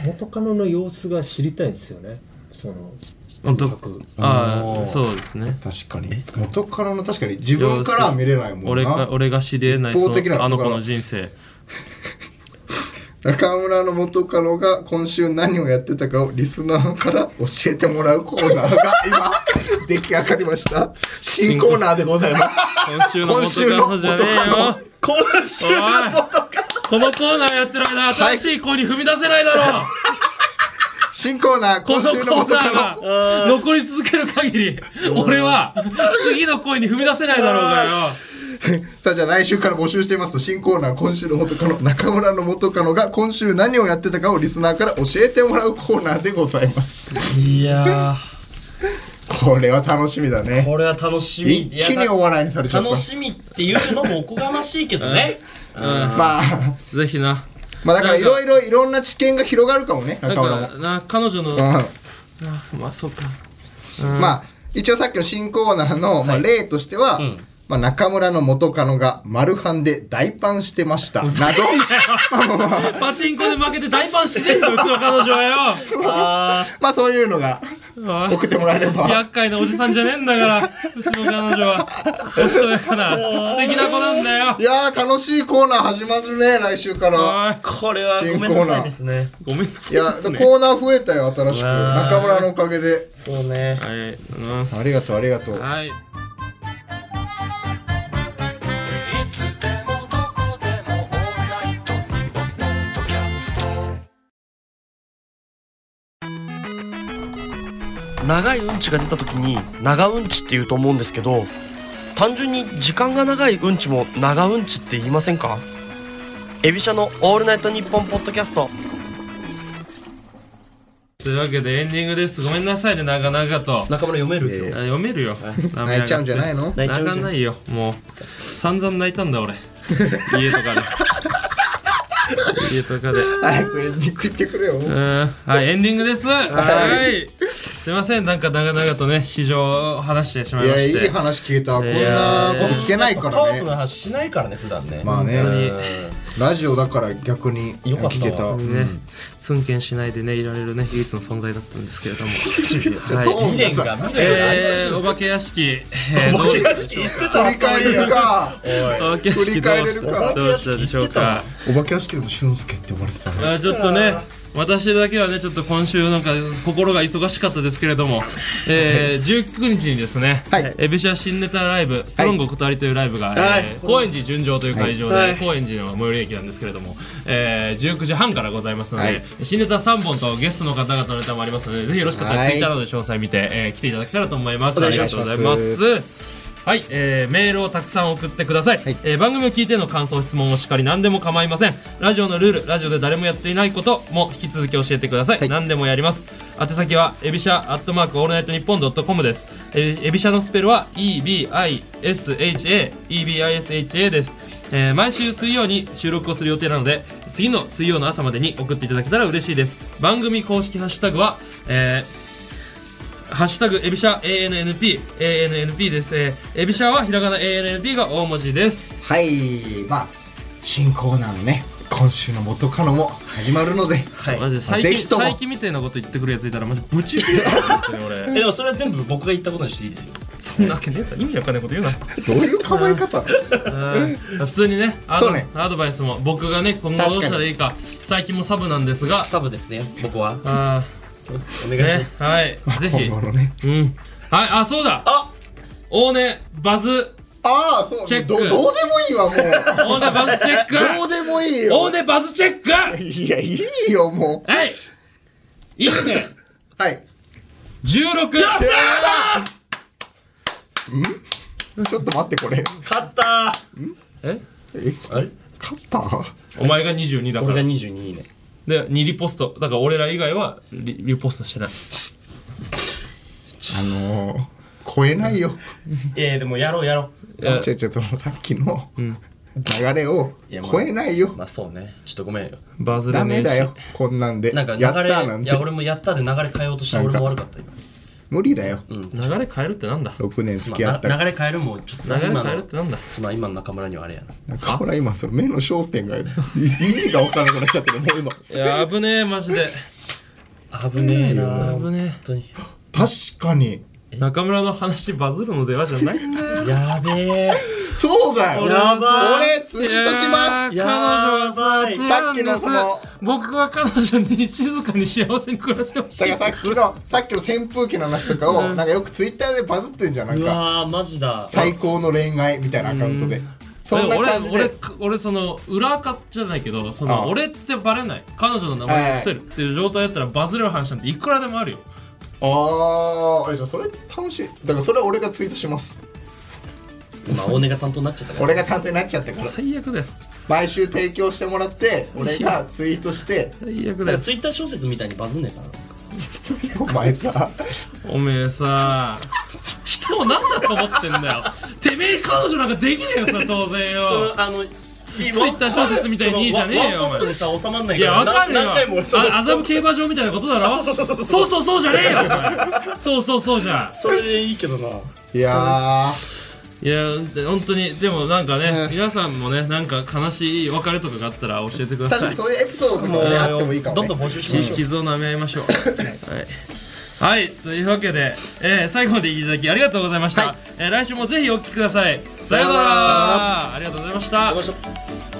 Speaker 11: 元カノの様子が知りたいんですよねその
Speaker 2: 本当ああ、そうですね。
Speaker 3: 確かに元カノの確かに自分からは見れないもん
Speaker 2: 俺か
Speaker 3: な
Speaker 2: 俺が知り得ない
Speaker 3: 一
Speaker 2: そ
Speaker 3: 方的な
Speaker 2: のあの子
Speaker 3: だ
Speaker 2: の
Speaker 3: から
Speaker 2: 人生
Speaker 3: 中村の元カノが今週何をやってたかをリスナーから教えてもらうコーナーが 今出来上がりました新コーナーでございます
Speaker 2: 今週の元カノじゃねえよ
Speaker 3: 今週の
Speaker 2: このコーナーやってる間新しい子に踏み出せないだろう、
Speaker 3: 新コーナー
Speaker 2: こ
Speaker 3: 今
Speaker 2: のコ
Speaker 3: 週の
Speaker 2: ー
Speaker 3: 元
Speaker 2: ナ
Speaker 3: カノ
Speaker 2: ーが残り続ける限り俺は次の恋に踏み出せないだろうがよ
Speaker 3: さあじゃあ来週から募集していますと新コーナー今週の元カノ中村の元カノが今週何をやってたかをリスナーから教えてもらうコーナーでございます
Speaker 6: いやー
Speaker 3: これは楽しみだね
Speaker 6: これは楽しみ
Speaker 3: 一気にお笑いにされちゃった
Speaker 6: 楽しみっていうのもおこがましいけどね
Speaker 3: まあ
Speaker 2: ぜひな
Speaker 3: まあだ
Speaker 2: なん
Speaker 3: から
Speaker 2: か
Speaker 3: いろいろいろんな知見が広がるかもね
Speaker 2: な
Speaker 3: 中
Speaker 2: ん
Speaker 3: 村も
Speaker 2: かな彼女の、あ
Speaker 3: う
Speaker 2: まあそうか
Speaker 3: んまあ一応さっきの新コーナーの、まあ、例としては、まあ、中村の元カノが丸ハンで大パンしてましたなど
Speaker 2: パチンコで負けて大パンしてんのうちの彼女はよ
Speaker 3: まあそういうのが
Speaker 2: あ
Speaker 3: 送ってもらえれば
Speaker 2: 厄介なおじさんじゃねえんだからうちの彼女はおしとやかな素敵な子なんだよ
Speaker 3: いやー楽しいコーナー始まるね来週から。
Speaker 2: おい
Speaker 6: これはごめんなさいですね
Speaker 2: ごめんなさ
Speaker 3: い
Speaker 2: いで
Speaker 3: や、
Speaker 2: すね
Speaker 3: コーナー増えたよ、新しく。
Speaker 6: わー
Speaker 3: 中村のおかげで。
Speaker 6: そうね
Speaker 2: はい、うん
Speaker 3: ありがとう、ありがとう。
Speaker 2: はい
Speaker 12: 長いうんちが出た時に長うんちって言うと思うんですけど単純に時間が長いうんちも長うんちって言いませんかエビシャの「オールナイトニッポン」ポッドキャスト
Speaker 2: というわけでエンディングですごめんなさいね長々と
Speaker 6: 中村読める
Speaker 2: あ
Speaker 6: 今日
Speaker 2: 読めるよ
Speaker 3: 泣いちゃうんじゃないいの
Speaker 6: 泣いちゃ
Speaker 2: 泣
Speaker 6: う
Speaker 2: かないよもう散々泣いたんだ 俺家とかで家とかで
Speaker 3: 早くエンディング行ってくれよ。
Speaker 2: うんはいエンディングですはいすいませんなんか長々とね市場を話してしま
Speaker 3: い
Speaker 2: いま
Speaker 3: や、い
Speaker 2: して
Speaker 3: い話聞いた。こん
Speaker 2: いや
Speaker 3: なこと聞けないか
Speaker 6: カ
Speaker 3: ら
Speaker 6: オスの
Speaker 3: ね。
Speaker 6: 話しないからね普 段ね
Speaker 3: まあ
Speaker 2: に
Speaker 3: ね、ラジオだから逆に
Speaker 6: よかった
Speaker 3: 聞けた。
Speaker 2: ね、ツンケンしないでねいられるね唯一の存在だったんですけ れどもはい
Speaker 3: どう
Speaker 6: 未練が未練がありすぎ
Speaker 2: えー、お化け屋敷、えー、どう
Speaker 6: お化け屋敷言ってた
Speaker 3: 振り返れるか。
Speaker 2: お化け屋敷どうし
Speaker 3: 振り返れるか
Speaker 2: どうしたでしょうか
Speaker 3: お化け屋敷でも俊介って呼ばれてたね。
Speaker 2: あーちょっとね私だけはねちょっと今週なんか心が忙しかったですけれども、えー、19日にですね、
Speaker 3: はい
Speaker 2: エビシャ新ネタライブ「ストロング断り」というライブが、えー高円寺純情という会場で、高円寺の最寄り駅なんですけれども、えー、19時半からございますので、
Speaker 3: はい
Speaker 2: 新ネタ3本とゲストの方々のネタもありますのでぜひよろしかったら
Speaker 3: はい
Speaker 2: ツイッターなどで詳細見て、えー来ていただけたらと思います。あ
Speaker 3: 願い
Speaker 2: り
Speaker 3: しま
Speaker 2: が
Speaker 3: す
Speaker 2: とうございます。はい、えー、メールをたくさん送ってください、
Speaker 3: い
Speaker 2: えー番組を聞いての感想質問をしかり何でも構いませんラジオのルールラジオで誰もやっていないことも引き続き教えてください、
Speaker 3: はい
Speaker 2: 何でもやります宛先はエビシャアットマークオールナイトニッポンドットコムです、えー、エビシャのスペルは EBISHA EBISHA です、えー毎週水曜に収録をする予定なので次の水曜の朝までに送っていただけたら嬉しいです番組公式ハッシュタグは、えーハッシュタグエビシャ ANNP ANNP です、えーエビシャはひらがな ANNP が大文字です
Speaker 3: はい、まあ、新コーナーのね、今週の元カノも始まるので。
Speaker 6: はい
Speaker 2: マジで最近
Speaker 3: ぜひとも
Speaker 2: 最近みたいなこと言ってくるやついたらマジブチ切れたよ本当に
Speaker 6: え
Speaker 2: 俺
Speaker 6: でもそれは全部僕が言ったことにしていいですよ
Speaker 2: そんなわけねえだろ意味わかんないこと言うな
Speaker 3: どういう構え 方
Speaker 2: 普通にねアド
Speaker 3: そうね
Speaker 2: アドバイスも僕がね今後どうしたらいいか最近もサブなんですが
Speaker 6: サブですね僕は
Speaker 2: あ
Speaker 6: お
Speaker 2: ー
Speaker 6: 願いし
Speaker 2: ね
Speaker 6: ます
Speaker 2: はいぜ
Speaker 3: 今
Speaker 2: ひ
Speaker 3: 後のね。
Speaker 2: うんはいあそうだ
Speaker 6: あ
Speaker 2: 大根バズ
Speaker 13: ああ、そう。
Speaker 2: チェック
Speaker 13: どどうでもいいわ、もう。
Speaker 2: オーネバズチェック
Speaker 13: どうでもいい
Speaker 2: オー
Speaker 13: よ。
Speaker 2: ネバズチェックはい
Speaker 13: や、いいよ、も
Speaker 2: いいいね
Speaker 13: う。はい。
Speaker 2: 16
Speaker 3: ちょっと待ってこれ
Speaker 14: 勝った
Speaker 2: え
Speaker 3: 勝った
Speaker 2: お前が22だか
Speaker 6: 俺
Speaker 2: ら
Speaker 6: が22いいね
Speaker 2: で2リポストだから俺ら以外はリリポストしてない
Speaker 3: あのー、超えないよ
Speaker 14: ーいやいやでもやろうやろう
Speaker 2: いや
Speaker 3: ちょちょそのさっきの流れを
Speaker 6: いやまあ
Speaker 3: 超えないよ、
Speaker 6: まあそうねちょっとごめんよ
Speaker 2: バズれ
Speaker 3: ダ
Speaker 2: ねえ
Speaker 3: メ
Speaker 2: し
Speaker 3: だよこんなんで
Speaker 6: なんか流
Speaker 3: やった
Speaker 6: れ
Speaker 3: なん
Speaker 6: い
Speaker 3: て
Speaker 6: や俺もやったで流れ変えようとした
Speaker 3: なん
Speaker 6: 俺
Speaker 3: か
Speaker 6: も悪かった今
Speaker 3: 無理だよ、
Speaker 2: 流れ変えるってなんだ
Speaker 3: 6年付き合
Speaker 6: まあ
Speaker 3: った
Speaker 6: な流れ変えるもちょっ
Speaker 2: 流
Speaker 6: と
Speaker 2: れ変
Speaker 6: 今
Speaker 2: えるっ
Speaker 6: の
Speaker 2: てなんだ
Speaker 6: つまり今の中村にはあれやな
Speaker 3: なんかほら今その目の焦点がい意味が分からなくなっちゃってるもう今確
Speaker 2: いや危ねえマジで
Speaker 6: 危ねえな本
Speaker 2: 危ね
Speaker 6: 当に
Speaker 3: かに
Speaker 2: え中村の話バズるのではじゃないんだよ
Speaker 6: やべえ
Speaker 3: そうだよ
Speaker 6: やばい
Speaker 3: 俺ツイートします
Speaker 2: いやー彼女はさつまんでさ
Speaker 3: さっきのその
Speaker 2: 僕は彼女に静かに幸せに暮らしてほしい
Speaker 3: だからさっきのさっきの扇風機の話とかをなんかよくツイッターでバズってんじゃんなん
Speaker 6: う
Speaker 3: か
Speaker 6: わーマジだ
Speaker 3: 最高の恋愛みたいなアカウントでそんな感じ
Speaker 2: 俺俺
Speaker 3: で
Speaker 2: か俺その裏垢じゃないけどそ
Speaker 3: ああ
Speaker 2: の俺ってバレない彼女の名前を伏せるっていう状態だったらバズれる話なんていくらでもあるよ
Speaker 3: ああじゃあそれ楽しいだからそれは俺がツイートします
Speaker 6: まあ大根が担当になっちゃったから
Speaker 3: 俺が探偵になっちゃってから
Speaker 2: 最悪だよ
Speaker 3: 毎週提供してもらって俺がツイートして
Speaker 2: 最悪だ
Speaker 6: なん
Speaker 2: よ
Speaker 6: かツイッター小説みたいにバズんねえかな
Speaker 3: お前さ
Speaker 2: おめえさ人を何だと思ってんだよてめえ彼女なんかできねえよさ当然
Speaker 14: そ
Speaker 2: よ
Speaker 14: のあのツイ
Speaker 2: ツイッター小説みたいにいいじゃねえよ
Speaker 14: ワンポストでさ収まんない
Speaker 2: い
Speaker 14: か
Speaker 2: や
Speaker 14: ら
Speaker 2: わかるよ
Speaker 14: な何回も俺その
Speaker 2: あ麻布競馬場みたいなことだろ
Speaker 14: そうそうそうそう
Speaker 2: そうそうそうじゃねえよお前そうそうそうじゃ
Speaker 14: それでいいけどない
Speaker 3: や
Speaker 2: いや本当にでもなんかね皆さんもねなんか悲しい別れとかがあったら教えてくだ
Speaker 3: ー確
Speaker 2: さ
Speaker 3: か
Speaker 2: い
Speaker 3: にそういうエピソードもねあってもいいかも
Speaker 6: どん
Speaker 3: ね
Speaker 6: どん募集しましょう
Speaker 2: 傷を舐め合いましょうはいはい、というわけで、えー最後まで聞いていただきありがとうご
Speaker 6: 아,
Speaker 2: ざいました、えー来週もぜひお聞きくださいさようならありがとうございました